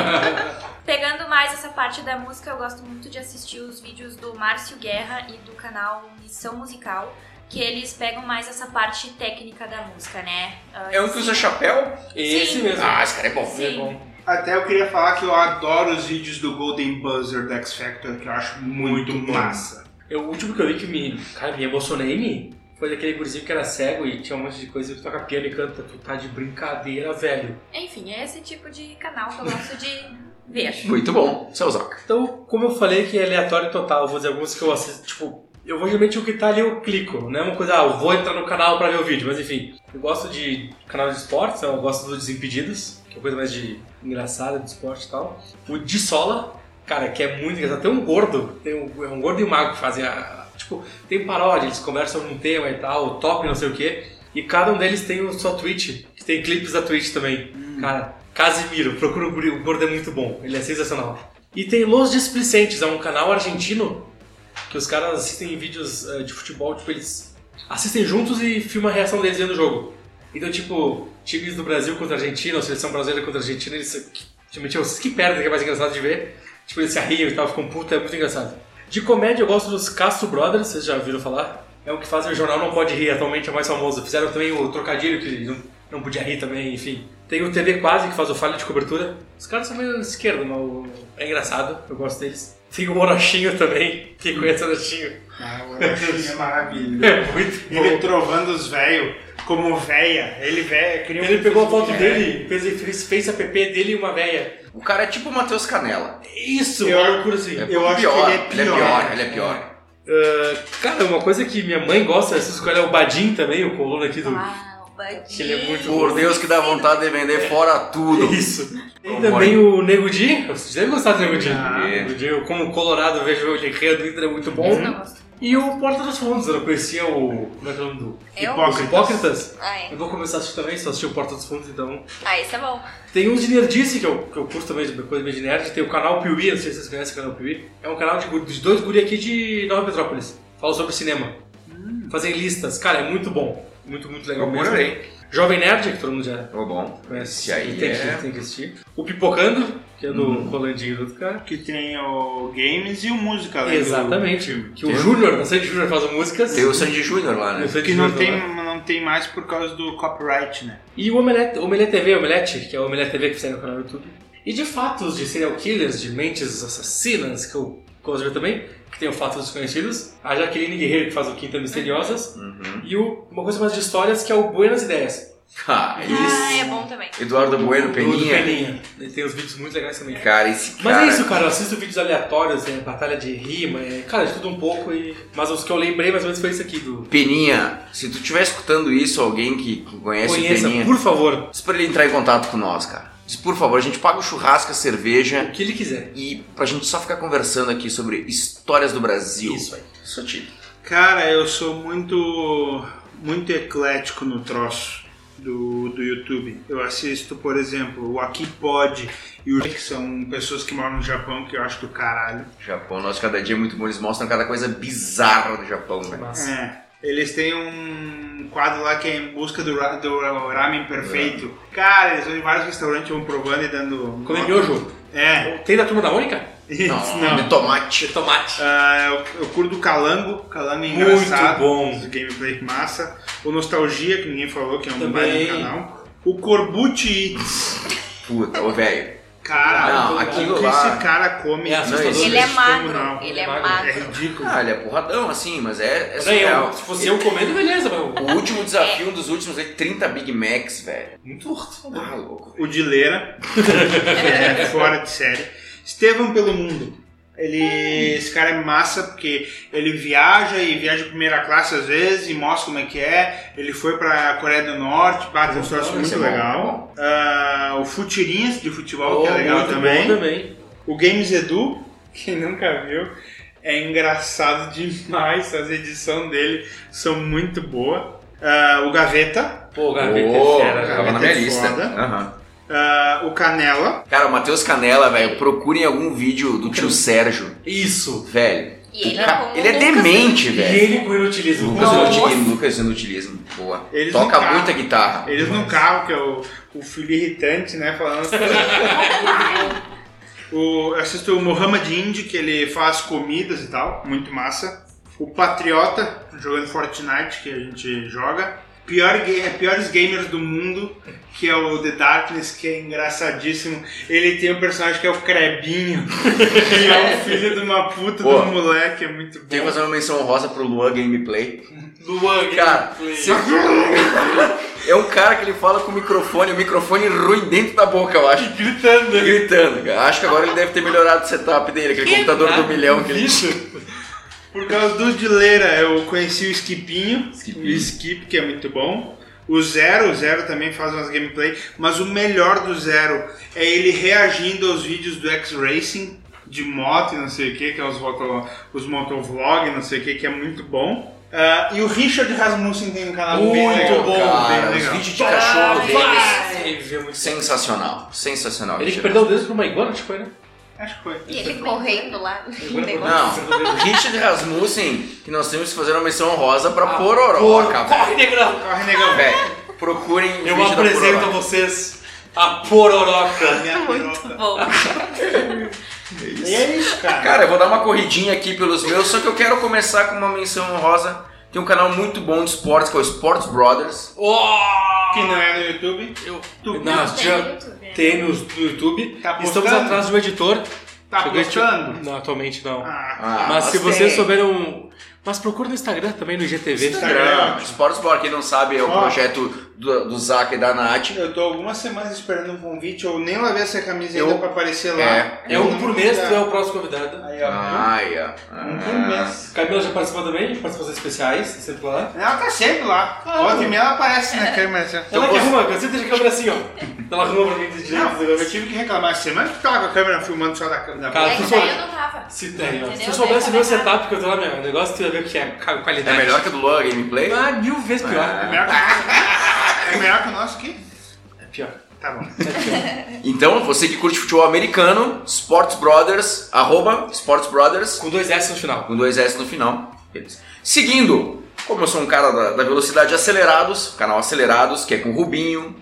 [SPEAKER 3] Pegando mais essa parte da música, eu gosto muito de assistir os vídeos do Márcio Guerra e do canal Missão Musical, que eles pegam mais essa parte técnica da música, né? Ah,
[SPEAKER 1] É um que usa chapéu?
[SPEAKER 4] Esse mesmo.
[SPEAKER 1] Ah, esse cara é bom.
[SPEAKER 4] Esse é bom.
[SPEAKER 5] Até eu queria falar que eu adoro os vídeos do Golden Buzzer do X Factor, que eu acho muito,
[SPEAKER 4] Muito bom.
[SPEAKER 5] massa.
[SPEAKER 4] Eu, o último que eu vi que me, cara, me emocionei me foi daquele gurizinho que era cego e tinha um monte de coisa, ele toca piano e canta, tu tá de brincadeira, velho.
[SPEAKER 3] Enfim, é esse tipo de canal que eu gosto de ver.
[SPEAKER 1] Muito bom, seu Zaca.
[SPEAKER 4] Então, como eu falei que é aleatório total, eu vou dizer alguns que eu assisto, tipo, eu vou geralmente o que tá ali eu clico, não é uma coisa, ah, eu vou entrar no canal pra ver o vídeo, mas enfim. Eu gosto de canal de esportes, então eu gosto do Desimpedidos, que é coisa mais de engraçada, de esporte e tal. O de Sola, cara, que é muito engraçado, tem um gordo, tem um, é um gordo e um mago que fazem a... Tipo, tem paródia, eles conversam um tema e tal, top não sei o quê. E cada um deles tem o sua Twitch, que tem clipes da Twitch também. Cara, Casimiro, procura o guri, o gordo é muito bom, ele é sensacional. E tem Los Displicentes, é um canal argentino que os caras assistem vídeos eh, de futebol, tipo, eles assistem juntos e filmam a reação deles dentro do jogo. Então, tipo, times do Brasil contra a Argentina, ou seleção brasileira contra a Argentina, eles. Tipo, vocês que perdem, que é mais engraçado de ver. Tipo, eles se arriam e tal, ficam putos, é muito engraçado. De comédia eu gosto dos Castro Brothers, vocês já ouviram falar? É o que fazem o jornal Não Pode Rir, atualmente é o mais famoso. Fizeram também o Trocadilho, que não, não podia rir também, enfim. Tem o TV Quase, que faz o Falha de Cobertura. Os caras são meio esquerda, mas o- é engraçado, eu gosto deles. Tem o Orochinho também, quem conhece o Orochinho.
[SPEAKER 5] Ah, o Orochinho é maravilha.
[SPEAKER 4] É muito bom.
[SPEAKER 5] Ele trovando os velhos como véia. Ele é véia, queria
[SPEAKER 4] Ele pegou a foto dele, fez, fez, fez a PP dele e uma véia.
[SPEAKER 1] O cara é tipo o Matheus Canela.
[SPEAKER 4] Isso,
[SPEAKER 5] Eu-
[SPEAKER 4] uma loucura assim.
[SPEAKER 1] É
[SPEAKER 5] Eu acho
[SPEAKER 1] pior,
[SPEAKER 5] que ele é
[SPEAKER 1] Ele é
[SPEAKER 5] pior.
[SPEAKER 1] pior, ele é pior.
[SPEAKER 4] Ah, cara, uma coisa que minha mãe gosta, vocês escolhem o Badin também, o coluna aqui do...
[SPEAKER 2] Ah, o Budinho.
[SPEAKER 4] Ele é muito
[SPEAKER 1] Por Deus que dá vontade de vender fora tudo.
[SPEAKER 4] Isso. Tem
[SPEAKER 1] Concordo.
[SPEAKER 4] também o Nego Di. Vocês devem gostar do Nego Di.
[SPEAKER 5] Ah.
[SPEAKER 4] Nego Di, eu, como colorado, eu vejo o enredo, ele é muito bom.
[SPEAKER 2] Mas não gosto.
[SPEAKER 4] E o Porta dos Fundos, eu não conhecia o... Como é que é o nome do...
[SPEAKER 2] Eu?
[SPEAKER 5] Hipócrita.
[SPEAKER 4] Os Hipócritas.
[SPEAKER 2] Ah, é.
[SPEAKER 4] Eu vou começar a assistir também, só assisti o Porta dos Fundos, então...
[SPEAKER 2] Ah, isso é bom.
[SPEAKER 4] Tem uns de nerdice, que eu, que eu curto também, de coisa meio de nerd. Tem o canal Piuí, não sei se vocês conhecem o canal Piuí. É um canal de, gu- de dois guri aqui de Nova Petrópolis. Falam sobre cinema.
[SPEAKER 1] Hum.
[SPEAKER 4] Fazem listas. Cara, é muito bom. Muito, muito legal mesmo.
[SPEAKER 1] Procurei.
[SPEAKER 4] Jovem Nerd, que todo mundo já
[SPEAKER 1] Ô, bom. Esse
[SPEAKER 4] conhece.
[SPEAKER 1] aí
[SPEAKER 4] tem,
[SPEAKER 1] é- Uhum.
[SPEAKER 4] que, tem que assistir. O Pipocando, que é do Rolandinho e do outro cara.
[SPEAKER 5] Que tem o games e o música. além do-
[SPEAKER 4] Exatamente. Que o
[SPEAKER 1] Tem-
[SPEAKER 4] Júnior, da Sandy Júnior, faz músicas.
[SPEAKER 1] Tem o Sandy Júnior lá, né?
[SPEAKER 4] E o Sandy
[SPEAKER 5] Que não
[SPEAKER 4] Júnior
[SPEAKER 5] tem,
[SPEAKER 4] lá.
[SPEAKER 5] não tem mais por causa do copyright, né?
[SPEAKER 4] E o Omelete, Omelete TV, Omelete, que é o Omelete TV que sai no canal do YouTube. E de fatos de serial killers, de mentes assassinas, que eu gosto de ver também, que tem o Fatos Desconhecidos, a Jaqueline Guerreiro, que faz o Quinta Misteriosas,
[SPEAKER 1] Uhum.
[SPEAKER 4] e o, uma coisa mais de histórias, que é o Buenas Ideias.
[SPEAKER 1] Ah,
[SPEAKER 2] Ah, é
[SPEAKER 1] isso.
[SPEAKER 2] bom também.
[SPEAKER 1] Eduardo
[SPEAKER 4] do-
[SPEAKER 1] Bueno,
[SPEAKER 4] do
[SPEAKER 1] Peninha.
[SPEAKER 4] Peninha. Ele tem uns vídeos muito legais também.
[SPEAKER 1] Cara, esse
[SPEAKER 4] Mas
[SPEAKER 1] cara...
[SPEAKER 4] é isso, cara. Eu assisto vídeos aleatórios, é, batalha de rima, é, cara, de tudo um pouco. E... Mas os que eu lembrei mais ou menos foi isso aqui do.
[SPEAKER 1] Peninha, se tu estiver escutando isso, alguém que que conhece o
[SPEAKER 4] Conheça,
[SPEAKER 1] Peninha,
[SPEAKER 4] por favor,
[SPEAKER 1] diz pra ele entrar em contato com nós, cara. Diz, por favor, a gente paga o churrasco, a cerveja
[SPEAKER 4] o que ele quiser.
[SPEAKER 1] e pra gente só ficar conversando aqui sobre histórias do Brasil.
[SPEAKER 4] Isso aí.
[SPEAKER 1] Isso, é Tito.
[SPEAKER 5] Cara, eu sou muito muito eclético no troço do, do YouTube. Eu assisto, por exemplo, o Aqui Pode e o que são pessoas que moram no Japão, que eu acho do caralho.
[SPEAKER 1] Japão, nosso cada dia é muito bom, eles mostram cada coisa bizarra do Japão, né?
[SPEAKER 4] Mas,
[SPEAKER 5] É, eles têm um quadro lá que é em busca do, ra- do ramen perfeito. Cara, eles vão em vários restaurantes, vão provando e dando...
[SPEAKER 4] Comer miojo.
[SPEAKER 5] É,
[SPEAKER 4] Tem da turma da Mônica?
[SPEAKER 5] isso,
[SPEAKER 1] Não, é
[SPEAKER 5] não.
[SPEAKER 1] de tomate. É.
[SPEAKER 4] De tomate.
[SPEAKER 5] Ah, eu, eu curto o Calango, Calango é
[SPEAKER 4] Muito
[SPEAKER 5] engraçado,
[SPEAKER 4] bom.
[SPEAKER 5] gameplay massa. O Nostalgia, que ninguém falou, que é um
[SPEAKER 4] Também.
[SPEAKER 5] baile do canal. O Corbucci,
[SPEAKER 1] Puta, ô velho.
[SPEAKER 4] Ah,
[SPEAKER 5] cara,
[SPEAKER 1] Não,
[SPEAKER 4] então,
[SPEAKER 5] o
[SPEAKER 1] aquilo
[SPEAKER 5] que
[SPEAKER 1] lá-
[SPEAKER 5] esse cara come
[SPEAKER 4] É
[SPEAKER 5] não
[SPEAKER 4] assustador.
[SPEAKER 5] existe
[SPEAKER 2] Ele é
[SPEAKER 5] como não.
[SPEAKER 2] magro. Ele é
[SPEAKER 4] Ele é
[SPEAKER 5] É
[SPEAKER 2] magro.
[SPEAKER 5] ridículo.
[SPEAKER 1] Ah, ele é porradão assim, mas é, é
[SPEAKER 4] Não, eu,
[SPEAKER 1] surreal.
[SPEAKER 4] se fosse eu comendo, beleza, mas.
[SPEAKER 1] O último desafio, um dos últimos, é 30 Big Macs, velho.
[SPEAKER 4] Muito torto.
[SPEAKER 1] Ah, louco.
[SPEAKER 5] O Dileira, é fora de série. Estevão pelo Mundo. Ele, esse cara é massa porque ele viaja e viaja de primeira classe às vezes e mostra como é que é. Ele foi pra Coreia do Norte, pá, tem um troço
[SPEAKER 1] Esse
[SPEAKER 5] muito
[SPEAKER 1] é bom,
[SPEAKER 5] legal.
[SPEAKER 1] bom.
[SPEAKER 5] Ah, o Futirinhas de futebol, que é
[SPEAKER 4] Oh,
[SPEAKER 5] legal
[SPEAKER 4] muito
[SPEAKER 5] também.
[SPEAKER 4] bom também.
[SPEAKER 5] O Games Edu, quem nunca viu, é engraçado demais. As edições dele são muito boas. Ah, o Gaveta,
[SPEAKER 4] Pô, gaveta
[SPEAKER 1] Ô,
[SPEAKER 4] é fera.
[SPEAKER 1] tava
[SPEAKER 4] cara.
[SPEAKER 1] na
[SPEAKER 5] Gaveta
[SPEAKER 1] minha
[SPEAKER 5] é
[SPEAKER 1] lista.
[SPEAKER 5] foda.
[SPEAKER 1] Aham.
[SPEAKER 5] ah, o Canela.
[SPEAKER 1] Cara, o Matheus Canela, velho, procurem algum vídeo do tio Sérgio,
[SPEAKER 4] Isso.
[SPEAKER 1] velho.
[SPEAKER 2] E ele
[SPEAKER 1] O
[SPEAKER 2] é
[SPEAKER 1] ca-
[SPEAKER 2] como
[SPEAKER 1] ele é
[SPEAKER 2] o Lucas,
[SPEAKER 1] demente,
[SPEAKER 4] E
[SPEAKER 1] velho.
[SPEAKER 4] ele com o inutilismo.
[SPEAKER 1] Lucas
[SPEAKER 4] Nossa.
[SPEAKER 1] Inutilismo, Lucas Inutilismo, boa.
[SPEAKER 5] Eles
[SPEAKER 1] Toca
[SPEAKER 5] no carro.
[SPEAKER 1] muita guitarra.
[SPEAKER 5] Eles no carro, que é o, o filho irritante, né? Falando assim. o, eu assisto o Mohamed Indy, que ele faz comidas e tal, muito massa. O Patriota, jogando Fortnite, que a gente joga. Pior, ga- é, piores gamers do mundo, que é o The Darkness, que é engraçadíssimo. Ele tem um personagem que é o Crebinho, que é o filho de uma puta
[SPEAKER 1] Pô.
[SPEAKER 5] do moleque, é muito bom.
[SPEAKER 1] Tem que fazer uma menção honrosa pro Luan Gameplay.
[SPEAKER 4] Luan,
[SPEAKER 1] Cara,
[SPEAKER 4] Gameplay.
[SPEAKER 1] se- é um cara que ele fala com o microfone, o microfone ruim dentro da boca, eu acho.
[SPEAKER 4] Gritando.
[SPEAKER 1] Gritando, cara. Acho que agora ele deve ter melhorado o setup dele, aquele computador do milhão que ele
[SPEAKER 4] Isso.
[SPEAKER 5] Por causa do Dileira, eu conheci o Skipinho,
[SPEAKER 1] Skipinho.
[SPEAKER 5] o Skip, que é muito bom. O Zero, o Zero também faz umas gameplay, mas o melhor do Zero é ele reagindo aos vídeos do X-Racing de moto e não sei o que, que é os, moto, os motovlog, não sei o que, que é muito bom. Ah, e o Richard Rasmussen tem um canal bem
[SPEAKER 4] Muito
[SPEAKER 5] legal.
[SPEAKER 4] bom,
[SPEAKER 5] bem
[SPEAKER 1] Cara, os
[SPEAKER 5] legal.
[SPEAKER 1] vídeos de cachorro dele.
[SPEAKER 4] Vai!
[SPEAKER 1] Sensacional, sensacional.
[SPEAKER 4] Ele que
[SPEAKER 1] Richard.
[SPEAKER 4] perdeu o dedo pra uma iguana, tipo, né?
[SPEAKER 5] Acho que foi.
[SPEAKER 2] E ele correndo lá.
[SPEAKER 4] Iguana por
[SPEAKER 1] Não.
[SPEAKER 4] baixo, perdeu o dedo.
[SPEAKER 1] Richard Rasmussen, que nós temos que fazer uma menção honrosa pra
[SPEAKER 4] Ah,
[SPEAKER 1] Pororoca,
[SPEAKER 4] Por-
[SPEAKER 1] velho.
[SPEAKER 4] Corre, negrão!
[SPEAKER 5] Corre, negão.
[SPEAKER 1] Velho, procurem o
[SPEAKER 4] Eu
[SPEAKER 1] vídeo da
[SPEAKER 4] apresento a
[SPEAKER 1] Pororoca.
[SPEAKER 4] vocês a Pororoca.
[SPEAKER 5] Minha
[SPEAKER 2] Muito
[SPEAKER 5] pilota.
[SPEAKER 2] bom.
[SPEAKER 5] É isso, é isso cara.
[SPEAKER 1] Cara, eu vou dar uma corridinha aqui pelos meus, só que eu quero começar com uma menção honrosa. Tem um canal muito bom de esportes, que é o Sports Brothers.
[SPEAKER 5] Que não é no YouTube.
[SPEAKER 4] Eu,
[SPEAKER 5] Tu-
[SPEAKER 4] nós
[SPEAKER 2] tem
[SPEAKER 4] já
[SPEAKER 2] no YouTube. né?
[SPEAKER 4] tem no, no YouTube.
[SPEAKER 5] Tá
[SPEAKER 4] Estamos
[SPEAKER 5] postando?
[SPEAKER 4] atrás de um editor.
[SPEAKER 5] Tá
[SPEAKER 4] Chegou a gente-
[SPEAKER 5] postando?
[SPEAKER 4] Não, atualmente não.
[SPEAKER 5] Ah,
[SPEAKER 1] Ah,
[SPEAKER 4] mas se
[SPEAKER 1] mas
[SPEAKER 4] vocês
[SPEAKER 1] tem.
[SPEAKER 4] souberam. Mas procura no Instagram também, no IGTV.
[SPEAKER 5] Instagram.
[SPEAKER 1] Sports Brothers, quem não sabe, é o
[SPEAKER 5] Ó.
[SPEAKER 1] projeto do, do Zac e da Nath.
[SPEAKER 5] Eu tô algumas semanas esperando um convite, eu nem lavei essa camisa
[SPEAKER 1] Eu-
[SPEAKER 5] ainda pra aparecer lá.
[SPEAKER 1] É.
[SPEAKER 4] É um
[SPEAKER 5] Não
[SPEAKER 4] por mês,
[SPEAKER 5] dá.
[SPEAKER 4] tu é o próximo convidado.
[SPEAKER 5] Aí, ó.
[SPEAKER 1] Ai, ah,
[SPEAKER 5] Um por mês.
[SPEAKER 4] Camila já participou também, de participações especiais, sempre lá.
[SPEAKER 5] Ela tá sempre lá. Volta e meia ela aparece
[SPEAKER 4] É.
[SPEAKER 5] na câmera. assim.
[SPEAKER 4] Ela que arruma, você deixa a câmera assim, ó. Ela arruma pra mim de
[SPEAKER 5] Não, eu
[SPEAKER 4] direito.
[SPEAKER 5] tive que reclamar semana que tava com a câmera filmando só da câmera.
[SPEAKER 4] Cara,
[SPEAKER 2] É que daí
[SPEAKER 4] tu sou-
[SPEAKER 3] Então,
[SPEAKER 2] eu não tava.
[SPEAKER 4] Se, tem, ó. se eu
[SPEAKER 2] Entendeu?
[SPEAKER 4] soubesse o meu
[SPEAKER 2] Daí tá
[SPEAKER 4] setup que eu tô lá, meu negócio, tu ia ver o que é ca-
[SPEAKER 1] É
[SPEAKER 4] qualidade.
[SPEAKER 1] melhor que a do Luan, a gameplay?
[SPEAKER 4] Ah, mil vezes pior.
[SPEAKER 5] É melhor que, é melhor que o nosso aqui?
[SPEAKER 4] É pior.
[SPEAKER 5] Tá bom.
[SPEAKER 1] Então, você que curte futebol americano, Sports Brothers, arroba Sports Brothers,
[SPEAKER 4] Com dois S no final.
[SPEAKER 1] com dois S no final. Beleza. Seguindo, como eu sou um cara da, da velocidade acelerados, canal acelerados, que é com o Rubinho,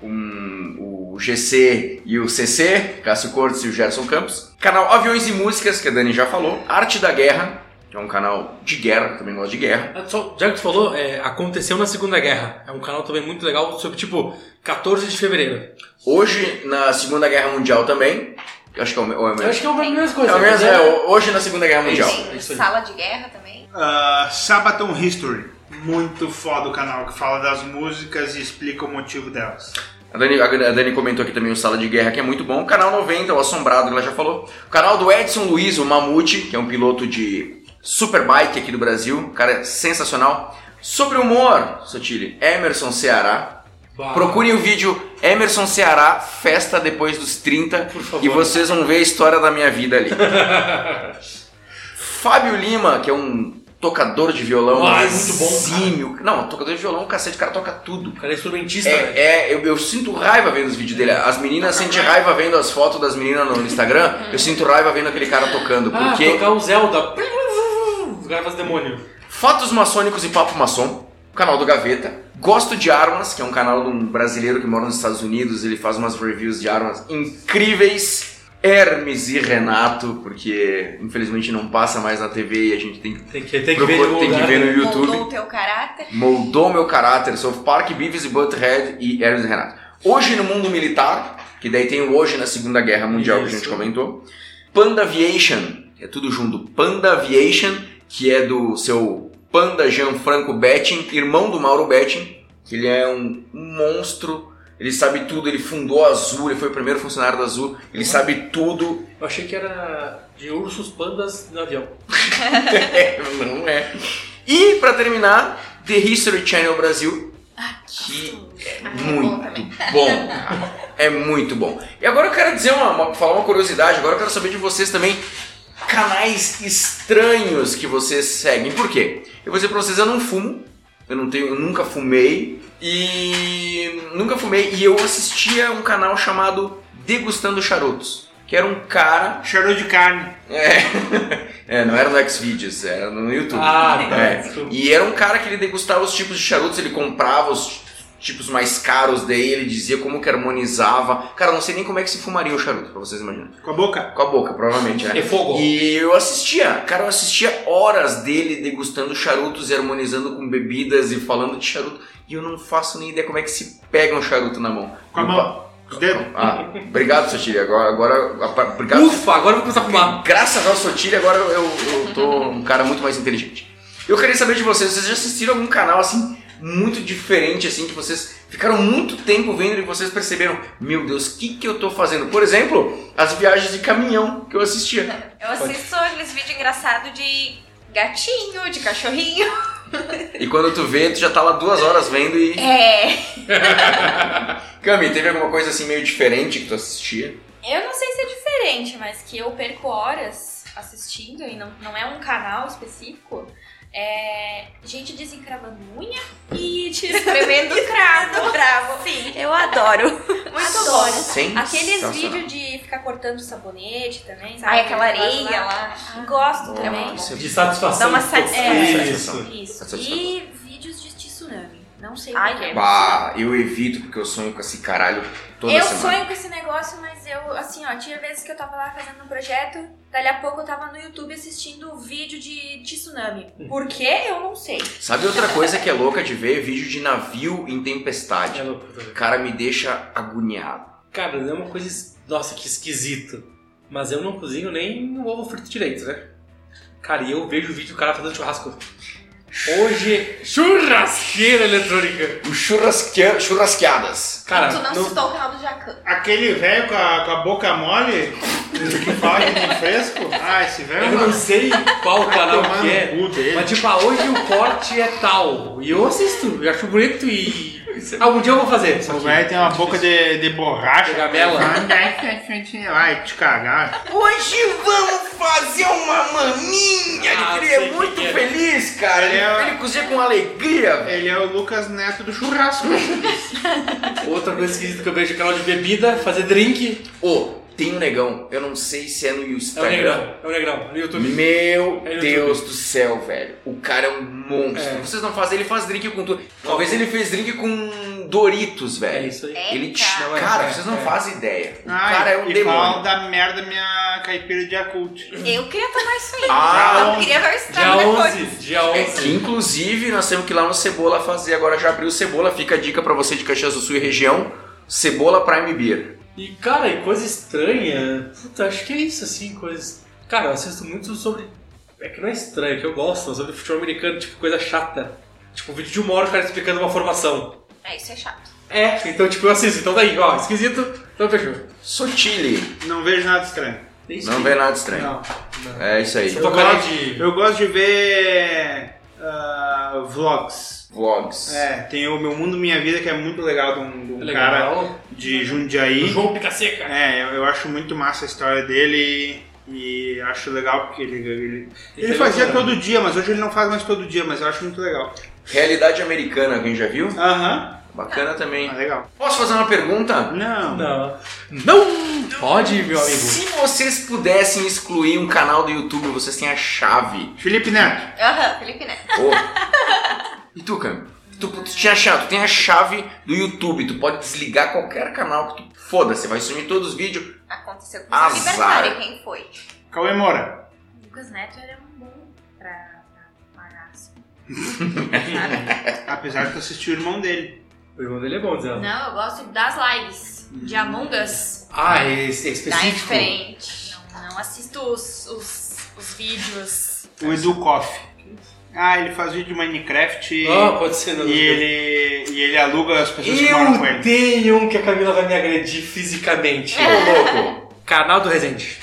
[SPEAKER 1] com o GC e o CC, Cássio Cortes e o Gerson Campos. Canal Aviões e Músicas, que a Dani já falou. Arte da Guerra, que é um canal de guerra, que também gosto de guerra.
[SPEAKER 4] Ah, Só, já que tu falou, é, aconteceu na Segunda Guerra. É um canal também muito legal sobre, tipo, 14 de fevereiro.
[SPEAKER 1] Hoje, na Segunda Guerra Mundial também, que eu acho que é o, me- ou é o
[SPEAKER 4] Eu
[SPEAKER 1] mesmo.
[SPEAKER 4] acho que é a mesma
[SPEAKER 1] É
[SPEAKER 4] coisa.
[SPEAKER 1] o mesmo,
[SPEAKER 4] né?
[SPEAKER 1] é, hoje na Segunda Guerra Mundial.
[SPEAKER 4] Isso,
[SPEAKER 2] Tem
[SPEAKER 4] isso aí.
[SPEAKER 2] sala de guerra também.
[SPEAKER 5] Ah, Sabaton History. Muito foda o canal que fala das músicas e explica o motivo delas.
[SPEAKER 1] A Dani, a Dani comentou aqui também o Sala de Guerra, que é muito bom. O canal 90, o Assombrado, que ela já falou. O canal do Edson Luiz, o Mamute, que é um piloto de Superbike aqui do Brasil. O cara é sensacional. Sobre humor, Sotile, Emerson Ceará.
[SPEAKER 4] Bah.
[SPEAKER 1] Procurem o vídeo Emerson Ceará, festa depois dos 30.
[SPEAKER 4] Por favor.
[SPEAKER 1] E vocês vão ver a história da minha vida ali. Fábio Lima, que é um tocador de violão.
[SPEAKER 4] Ah, é muito bom, cara.
[SPEAKER 1] exímio. Não, tocador de violão, cacete, o cara toca tudo.
[SPEAKER 4] O cara é instrumentista, velho.
[SPEAKER 1] É, é, eu, eu sinto raiva vendo os vídeos dele. As meninas sentem raiva vendo as fotos das meninas no Instagram. Eu sinto raiva vendo aquele cara tocando.
[SPEAKER 4] Ah,
[SPEAKER 1] Porque
[SPEAKER 4] tocar o Zelda. O cara faz demônio.
[SPEAKER 1] Fatos Maçônicos e Papo Maçom, canal do Gaveta. Gosto de Armas, que é um canal de um brasileiro que mora nos Estados Unidos. Ele faz umas reviews de armas incríveis. Hermes e Renato, porque infelizmente não passa mais na TV e a gente tem que,
[SPEAKER 4] Tem que, tem que ver
[SPEAKER 1] procura-
[SPEAKER 4] em algum
[SPEAKER 1] tem que
[SPEAKER 4] lugar,
[SPEAKER 1] ver
[SPEAKER 4] né?
[SPEAKER 1] no YouTube.
[SPEAKER 2] Moldou o teu caráter.
[SPEAKER 1] Moldou meu caráter. Sou Park, Beavis e Butthead e Hermes e Renato. Hoje no mundo militar, que daí tem o hoje na Segunda Guerra Mundial que a gente
[SPEAKER 4] Isso.
[SPEAKER 1] comentou. Panda Aviation, é tudo junto. Panda Aviation, que é do seu Panda Gianfranco Betting, irmão do Mauro Betting, que ele é um monstro. Ele sabe tudo, ele fundou a Azul, ele foi o primeiro funcionário da Azul, ele sabe tudo.
[SPEAKER 4] Eu achei que era de ursos pandas no avião.
[SPEAKER 1] É, não é. E pra terminar, The History Channel Brasil, que
[SPEAKER 2] Ah, é bom
[SPEAKER 1] Muito
[SPEAKER 2] também.
[SPEAKER 1] bom. É muito bom. E agora eu quero dizer uma, uma- falar uma curiosidade, agora eu quero saber de vocês também canais estranhos que vocês seguem. Por quê? Eu vou dizer pra vocês, eu não fumo, eu não tenho, eu nunca fumei e nunca fumei e eu assistia um canal chamado Degustando Charutos, que era um cara,
[SPEAKER 5] Cheiro de carne.
[SPEAKER 1] é, não era no Xvideos, era no YouTube.
[SPEAKER 4] Ah,
[SPEAKER 1] É.
[SPEAKER 4] desculpa.
[SPEAKER 1] E era um cara que ele degustava os tipos de charutos, ele comprava os tipos mais caros daí, ele dizia como que harmonizava. Cara, eu não sei nem como é que se fumaria o charuto, pra vocês imaginarem.
[SPEAKER 5] Com a boca.
[SPEAKER 1] Com a boca, provavelmente, né?
[SPEAKER 4] É fogo.
[SPEAKER 1] E eu assistia, cara, eu assistia horas dele degustando charutos e harmonizando com bebidas e falando de charuto. E eu não faço nem ideia como é que se pega um charuto na mão.
[SPEAKER 5] Com a
[SPEAKER 1] Eu-
[SPEAKER 5] mão. Os dedos.
[SPEAKER 1] Ah, obrigado, Sotiri. Agora, agora, apa- obrigado.
[SPEAKER 4] Ufa, agora eu vou começar a fumar.
[SPEAKER 1] Graças ao Sotiri, agora eu, eu tô um cara muito mais inteligente. Eu queria saber de vocês, vocês já assistiram algum canal assim muito diferente assim que vocês ficaram muito tempo vendo e vocês perceberam, meu Deus, o que que eu tô fazendo? Por exemplo, as viagens de caminhão que eu assistia.
[SPEAKER 2] Eu assisto aqueles vídeos engraçados de gatinho, de cachorrinho.
[SPEAKER 1] E quando tu vê, tu já tá lá duas horas vendo e
[SPEAKER 2] É.
[SPEAKER 1] Cami, teve alguma coisa assim meio diferente que tu assistia?
[SPEAKER 3] Eu não sei se é diferente, mas que eu perco horas assistindo e não, não é um canal específico. É gente desencravando unha e tirando
[SPEAKER 2] Tremendo cravo.
[SPEAKER 3] bravo.
[SPEAKER 2] Sim.
[SPEAKER 3] Eu adoro. Muito
[SPEAKER 2] Adoro.
[SPEAKER 3] adoro.
[SPEAKER 1] Sem
[SPEAKER 3] Aqueles vídeos de ficar cortando sabonete também, sabe?
[SPEAKER 2] Ai, aquela
[SPEAKER 3] Aquelas
[SPEAKER 2] areia
[SPEAKER 3] lá.
[SPEAKER 2] lá.
[SPEAKER 3] Gosto
[SPEAKER 1] Nossa,
[SPEAKER 3] também.
[SPEAKER 1] isso é
[SPEAKER 4] De
[SPEAKER 1] bom.
[SPEAKER 4] satisfação.
[SPEAKER 2] Dá uma satisfação.
[SPEAKER 1] É.
[SPEAKER 4] Isso.
[SPEAKER 3] Isso.
[SPEAKER 1] Satisfatório.
[SPEAKER 3] E vídeos de tsunami. Não sei
[SPEAKER 2] Ai,
[SPEAKER 3] o que é.
[SPEAKER 1] Bah, eu evito porque eu sonho com esse caralho toda
[SPEAKER 3] eu
[SPEAKER 1] semana.
[SPEAKER 3] sonho com esse negócio, mas eu, assim, ó, tinha vezes que eu tava lá fazendo um projeto, dali a pouco eu tava no YouTube assistindo um vídeo de, de tsunami. Por quê? Eu não sei.
[SPEAKER 1] Sabe outra coisa que é louca de ver? Vídeo de navio em tempestade.
[SPEAKER 4] É louco também.
[SPEAKER 1] O cara me deixa agoniado.
[SPEAKER 4] Cara, é uma coisa. es- Nossa, que esquisito. Mas eu não cozinho nem o ovo frito direito, né? Cara, e eu vejo o vídeo do cara fazendo churrasco. Hoje, churrasqueira eletrônica.
[SPEAKER 1] O churrasque... churrasqueadas.
[SPEAKER 4] Cara,
[SPEAKER 3] um
[SPEAKER 2] tu não,
[SPEAKER 4] não-
[SPEAKER 2] citou o canal do Jacan.
[SPEAKER 5] Aquele velho com, a- com a boca mole, que fala de vinho fresco. Ah, esse velho é
[SPEAKER 4] eu não
[SPEAKER 5] uma-
[SPEAKER 4] sei qual
[SPEAKER 5] vai
[SPEAKER 4] canal
[SPEAKER 5] tomar
[SPEAKER 4] que
[SPEAKER 5] no
[SPEAKER 4] é.
[SPEAKER 5] cu dele.
[SPEAKER 4] Mas tipo, ah, hoje o corte é tal. E eu assisto, eu acho bonito e. Algum dia eu vou fazer. Só
[SPEAKER 5] O
[SPEAKER 4] que-
[SPEAKER 5] velho tem uma boca de, de borracha.
[SPEAKER 4] Gamela.
[SPEAKER 5] Vai te cagar.
[SPEAKER 1] Hoje vamos fazer uma maminha.
[SPEAKER 4] Ah,
[SPEAKER 1] ele ele
[SPEAKER 4] sei
[SPEAKER 1] é
[SPEAKER 4] que
[SPEAKER 1] muito
[SPEAKER 4] que é.
[SPEAKER 1] feliz, cara. Ele,
[SPEAKER 5] É.
[SPEAKER 1] ele cozinha com alegria. velho.
[SPEAKER 5] Ele é o Lucas Neto do churrasco.
[SPEAKER 4] Outra coisa esquisita que eu vejo é canal de bebida, fazer drink.
[SPEAKER 1] Ô, tem um negão. Eu não sei se é no
[SPEAKER 4] É o
[SPEAKER 1] Instagram.
[SPEAKER 4] negrão, é o negrão, no YouTube.
[SPEAKER 1] Meu
[SPEAKER 4] É no
[SPEAKER 1] Deus do céu, velho. O cara é um monstro.
[SPEAKER 4] É.
[SPEAKER 1] Vocês não fazem, ele faz drink com tudo. Uma vez ele fez drink com Doritos,
[SPEAKER 4] É
[SPEAKER 1] velho.
[SPEAKER 4] isso aí.
[SPEAKER 2] É.
[SPEAKER 1] Ele te...
[SPEAKER 2] Não,
[SPEAKER 4] é-
[SPEAKER 1] Cara,
[SPEAKER 4] é-
[SPEAKER 1] vocês não
[SPEAKER 4] é.
[SPEAKER 1] fazem ideia. O
[SPEAKER 5] Ai,
[SPEAKER 1] cara é um
[SPEAKER 5] e fala
[SPEAKER 1] demônio.
[SPEAKER 5] da merda minha caipira de acult.
[SPEAKER 2] Eu queria tomar isso aí.
[SPEAKER 1] Ah,
[SPEAKER 2] eu queria ver o
[SPEAKER 4] Dia
[SPEAKER 2] estrago depois.
[SPEAKER 4] 11, dia
[SPEAKER 1] É
[SPEAKER 4] 11.
[SPEAKER 1] que, inclusive, nós temos que ir lá no Cebola fazer. Agora já abriu o Cebola. Fica a dica pra você de Caxias do Sul e região. Cebola Prime Beer.
[SPEAKER 4] E, cara, e coisa estranha. Puta, acho que é isso, assim, coisas. Cara, eu assisto muito sobre. É que não é estranho, é que eu gosto, sobre futebol americano, tipo, coisa chata. Tipo, vídeo de uma hora o cara explicando uma formação.
[SPEAKER 2] É, isso é chato.
[SPEAKER 4] É, então, tipo, eu assisto. Então, daí, ó, esquisito, então fechou.
[SPEAKER 1] Sotile.
[SPEAKER 5] Não vejo nada estranho.
[SPEAKER 1] Não vê nada estranho.
[SPEAKER 5] Não.
[SPEAKER 1] É isso aí.
[SPEAKER 4] Eu tô
[SPEAKER 5] Eu
[SPEAKER 4] com a
[SPEAKER 5] gosto-
[SPEAKER 4] de.
[SPEAKER 5] Eu gosto de ver ah, vlogs.
[SPEAKER 1] Vlogs.
[SPEAKER 5] É, tem o Meu Mundo Minha Vida, que é muito legal, de um, de um cara
[SPEAKER 4] Legal.
[SPEAKER 5] de Jundiaí.
[SPEAKER 4] João Picaseca.
[SPEAKER 5] É, eu, eu acho muito massa a história dele e acho legal porque ele. Ele, ele
[SPEAKER 4] tem
[SPEAKER 5] fazia
[SPEAKER 4] um-
[SPEAKER 5] todo dia, mas hoje ele não faz mais todo dia, mas eu acho muito legal.
[SPEAKER 1] Realidade americana, alguém já viu?
[SPEAKER 5] Aham,
[SPEAKER 1] Bacana também.
[SPEAKER 5] ah, legal.
[SPEAKER 1] Posso fazer uma pergunta?
[SPEAKER 5] Não.
[SPEAKER 4] Não. Não! Pode, meu amigo.
[SPEAKER 1] Se vocês pudessem excluir um canal do YouTube, vocês têm a chave.
[SPEAKER 5] Felipe Neto,
[SPEAKER 2] Aham, Felipe Neto.
[SPEAKER 1] Ô. E tu, Cam? Tu, tu tinha a chave, tu tem a chave do YouTube, tu pode desligar qualquer canal que tu foda, você vai sumir todos os vídeos.
[SPEAKER 2] Aconteceu com
[SPEAKER 1] Azar.
[SPEAKER 2] o Libertário, quem foi?
[SPEAKER 5] Cauê Moura.
[SPEAKER 3] Lucas Neto era um bom pra, pra palhaço.
[SPEAKER 5] Apesar de eu assistir o irmão dele.
[SPEAKER 4] O irmão dele é bom, Zé.
[SPEAKER 3] Não, eu gosto das lives de Among Us.
[SPEAKER 4] Ah, é, esse- é
[SPEAKER 2] Tá
[SPEAKER 4] específico.
[SPEAKER 2] diferente.
[SPEAKER 3] Não, não assisto os, os, os vídeos.
[SPEAKER 5] O Edu Koff. Ah, ele faz vídeo de Minecraft e,
[SPEAKER 4] Ah, pode ser, não.
[SPEAKER 5] e ele, e ele aluga as pessoas que moram com
[SPEAKER 4] Eu
[SPEAKER 5] ele.
[SPEAKER 4] tenho um que a Camila vai me agredir fisicamente.
[SPEAKER 1] Ô louco!
[SPEAKER 4] Canal do Resende.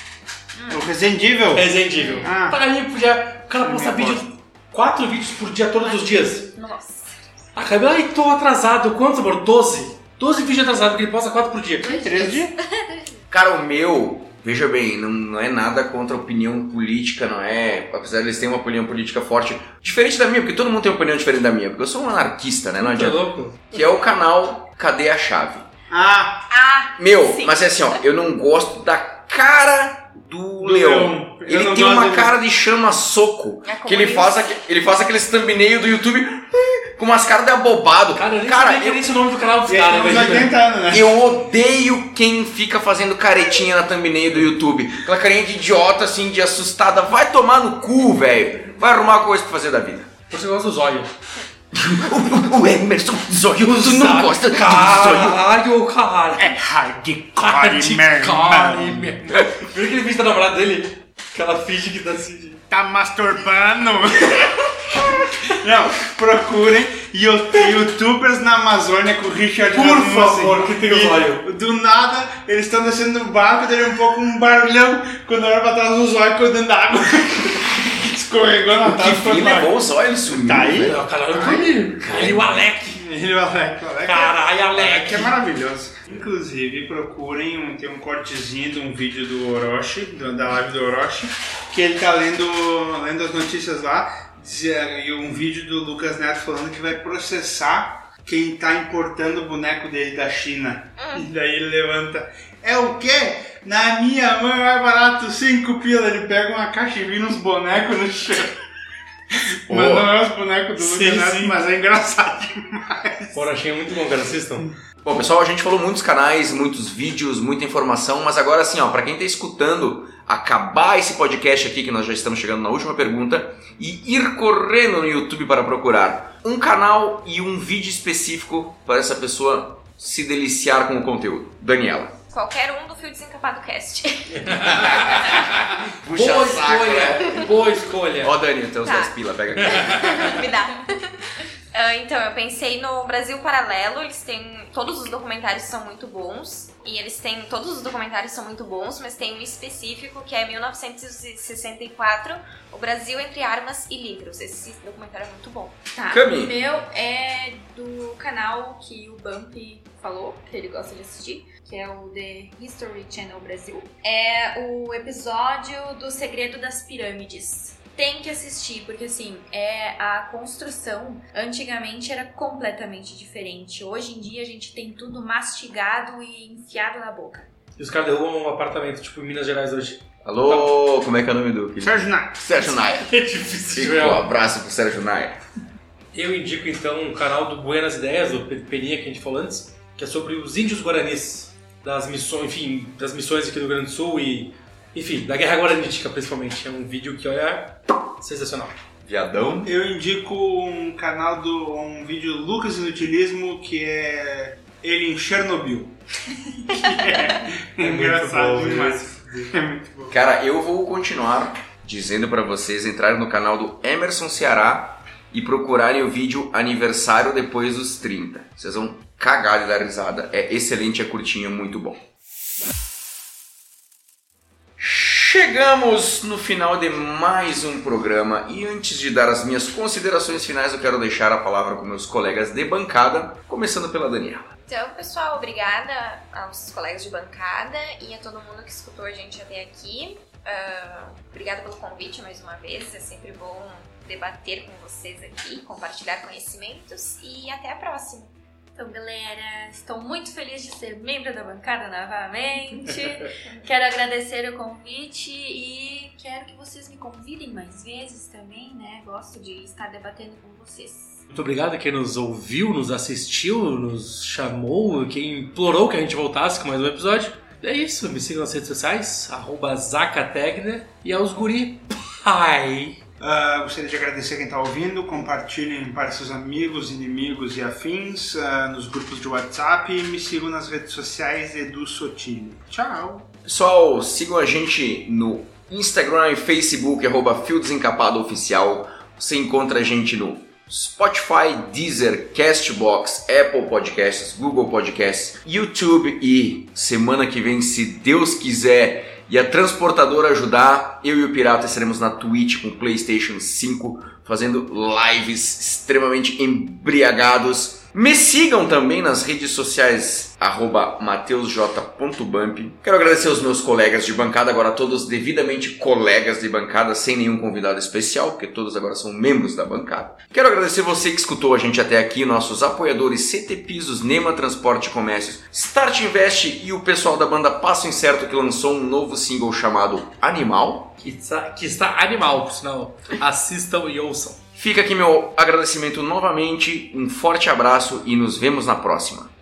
[SPEAKER 5] O Resendível.
[SPEAKER 4] É Resendível.
[SPEAKER 5] Ah.
[SPEAKER 4] Tá ali, já, o cara posta
[SPEAKER 5] Minha
[SPEAKER 4] vídeo, quatro vídeos por dia, todos os dias.
[SPEAKER 2] Nossa.
[SPEAKER 4] A Camila, ai, tô atrasado. Quantos, amor? Doze. Doze vídeos atrasados, porque ele posta quatro por dia.
[SPEAKER 5] Três dias.
[SPEAKER 1] Cara, o meu, veja bem, não, não é nada contra a opinião política, não é? Apesar de eles terem uma opinião política forte, diferente da minha, porque todo mundo tem uma opinião diferente da minha, porque eu sou um anarquista, né? Não
[SPEAKER 4] Tá
[SPEAKER 1] adianta.
[SPEAKER 4] louco?
[SPEAKER 1] Que é o canal Cadê a Chave?
[SPEAKER 5] Ah,
[SPEAKER 1] Meu,
[SPEAKER 2] Sim.
[SPEAKER 1] mas é assim, ó, eu não gosto da cara do
[SPEAKER 5] Do
[SPEAKER 1] leão.
[SPEAKER 5] leão. Eu
[SPEAKER 1] Ele
[SPEAKER 5] não
[SPEAKER 1] tem
[SPEAKER 5] gosto
[SPEAKER 1] uma
[SPEAKER 5] dele.
[SPEAKER 1] cara de chama soco.
[SPEAKER 2] É
[SPEAKER 1] Que ele
[SPEAKER 2] comunista.
[SPEAKER 1] faz, aque- ele faz aqueles thumbnail do YouTube com umas caras de abobado.
[SPEAKER 4] Cara, eu nem
[SPEAKER 1] Cara,
[SPEAKER 4] sabia que
[SPEAKER 1] eu,
[SPEAKER 4] era esse o nome do canal dos
[SPEAKER 5] ele
[SPEAKER 4] caras,
[SPEAKER 5] tem uns
[SPEAKER 4] velho.
[SPEAKER 5] 80 anos, né?
[SPEAKER 1] eu odeio quem fica fazendo caretinha na thumbnail do YouTube. Aquela carinha de idiota, assim, de assustada. Vai tomar no cu, velho. Vai arrumar coisa pra fazer da vida.
[SPEAKER 4] Você gosta do zóio.
[SPEAKER 1] O, o Emerson Zóio, tu não
[SPEAKER 4] Sabe?
[SPEAKER 1] gosta do Zóio.
[SPEAKER 4] Caralho, caralho.
[SPEAKER 5] É hardcore,
[SPEAKER 4] Caralho,
[SPEAKER 5] man.
[SPEAKER 4] Viu aquele vídeo da namorada dele? Que ela finge que tá assim.
[SPEAKER 5] Tá masturbando? Não, procurem e eu tenho youtubers na Amazônia com o Richard
[SPEAKER 4] Por
[SPEAKER 5] Rasmussen.
[SPEAKER 4] favor, que tem
[SPEAKER 5] E
[SPEAKER 4] zóio.
[SPEAKER 5] Do nada, eles estão descendo no barco, deu um pouco um barulhão quando olha pra trás um zóio caiu dentro da água. Escorregou na
[SPEAKER 1] Que é
[SPEAKER 5] taça
[SPEAKER 1] fim levou o Zóio, ele sumiu.
[SPEAKER 5] Tá aí?
[SPEAKER 1] velho.
[SPEAKER 4] Não, caralho, ele, ele, o Alec.
[SPEAKER 5] Ele o Alec, o Alec.
[SPEAKER 4] Caralho,
[SPEAKER 5] é- Alec
[SPEAKER 4] Alec.
[SPEAKER 5] é maravilhoso. Inclusive, procurem, um- tem um cortezinho de um vídeo do Orochi, do- da live do Orochi, que ele tá lendo, lendo as notícias lá, dizia- e um vídeo do Lucas Neto falando que vai processar quem tá importando o boneco dele da China. E daí ele levanta. É o quê? Na minha mão é mais barato, cinco pila. Ele pega uma caixa e vira uns bonecos no chão. Mas não é os bonecos do
[SPEAKER 6] Sim,
[SPEAKER 5] Lucianato,
[SPEAKER 6] sim.
[SPEAKER 5] mas é engraçado.
[SPEAKER 4] Porra, achei muito bom, cara. Assistam.
[SPEAKER 1] Bom, pessoal, a gente falou muitos canais, muitos vídeos, muita informação, mas agora assim, ó, para quem tá escutando acabar esse podcast aqui que nós já estamos chegando na última pergunta e ir correndo no YouTube para procurar um canal e um vídeo específico para essa pessoa se deliciar com o conteúdo. Daniela.
[SPEAKER 2] Qualquer um do Fio Desencapado Cast.
[SPEAKER 1] Puxa
[SPEAKER 4] boa
[SPEAKER 1] saco, né?
[SPEAKER 4] escolha! Boa escolha!
[SPEAKER 1] Ó, Dani, tem uns
[SPEAKER 2] Tá.
[SPEAKER 1] 10 pila, pega aqui.
[SPEAKER 2] Me dá. Ah, então, eu pensei no Brasil Paralelo, eles têm. Todos os documentários são muito bons. E eles têm. Todos os documentários são muito bons, mas tem um específico que é 1964, O Brasil entre Armas e Livros. Esse documentário é muito bom.
[SPEAKER 3] Tá.
[SPEAKER 1] Cami.
[SPEAKER 3] O meu é do canal que o Bump falou, que ele gosta de assistir, que é o The History Channel Brasil. É o episódio do Segredo das Pirâmides. Tem que assistir, porque assim, é a construção antigamente era completamente diferente. Hoje em dia a gente tem tudo mastigado e enfiado na boca.
[SPEAKER 4] E os caras derrubam um apartamento, tipo, em Minas Gerais hoje.
[SPEAKER 1] Alô, como é que é o nome do filho?
[SPEAKER 5] Sérgio Nath.
[SPEAKER 1] Sérgio Naia.
[SPEAKER 4] É difícil,
[SPEAKER 1] Fica um abraço pro Sérgio Naia.
[SPEAKER 4] Eu indico então o canal do Buenas Ideias, do Pe- Peninha que a gente falou antes, que é sobre os índios guaranis, das missões, enfim, das missões aqui do Rio Grande do Sul e, enfim, da Guerra Guaranítica principalmente. É um vídeo que, olha, sensacional.
[SPEAKER 1] Viadão.
[SPEAKER 5] Eu indico um canal do. um vídeo Lucas Inutilismo que é ele em Chernobyl. Que é,
[SPEAKER 4] É muito
[SPEAKER 5] engraçado
[SPEAKER 4] bom
[SPEAKER 5] demais. É muito bom.
[SPEAKER 1] Cara, eu vou continuar dizendo pra vocês entrarem no canal do Emerson Ceará e procurarem o vídeo Aniversário Depois dos 30. Vocês vão cagar de dar risada. É excelente, é curtinho, é muito bom. Chegamos no final de mais um programa e antes de dar as minhas considerações finais, eu quero deixar a palavra com meus colegas de bancada, começando pela Daniela.
[SPEAKER 2] Então, pessoal, obrigada aos colegas de bancada e a todo mundo que escutou a gente até aqui. Ah, obrigada pelo convite mais uma vez. É sempre bom debater com vocês aqui, compartilhar conhecimentos e até a próxima.
[SPEAKER 3] Então, galera, estou muito feliz de ser membro da bancada novamente. quero agradecer o convite e quero que vocês me convidem mais vezes também, né? Gosto de estar debatendo com vocês.
[SPEAKER 4] Muito obrigado a quem nos ouviu, nos assistiu, nos chamou, quem implorou que a gente voltasse com mais um episódio. É isso, me sigam nas redes sociais, arroba Zacategner e aos guri, pai!
[SPEAKER 5] Ah, gostaria de agradecer quem está ouvindo, compartilhem para seus amigos, inimigos e afins ah, nos grupos de WhatsApp e me sigam nas redes sociais Edu Sotini. Tchau!
[SPEAKER 1] Pessoal, sigam a gente no Instagram e Facebook, arroba Fio Desencapado Oficial. Você encontra a gente no Spotify, Deezer, Castbox, Apple Podcasts, Google Podcasts, YouTube e semana que vem, se Deus quiser e a transportadora ajudar, eu e o Pirata estaremos na Twitch com o PlayStation 5 fazendo lives extremamente embriagados. Me sigam também nas redes sociais, arroba mateusj.bump. Quero agradecer aos meus colegas de bancada, agora todos devidamente colegas de bancada, sem nenhum convidado especial, porque todos agora são membros da bancada. Quero agradecer você que escutou a gente até aqui, nossos apoiadores CT Pisos, Nema Transporte e Comércios, Start Invest e o pessoal da banda Passo Incerto que lançou um novo single chamado Animal.
[SPEAKER 4] Que está, que está animal, por sinal. Assistam e ouçam.
[SPEAKER 1] Fica aqui meu agradecimento novamente, um forte abraço e nos vemos na próxima.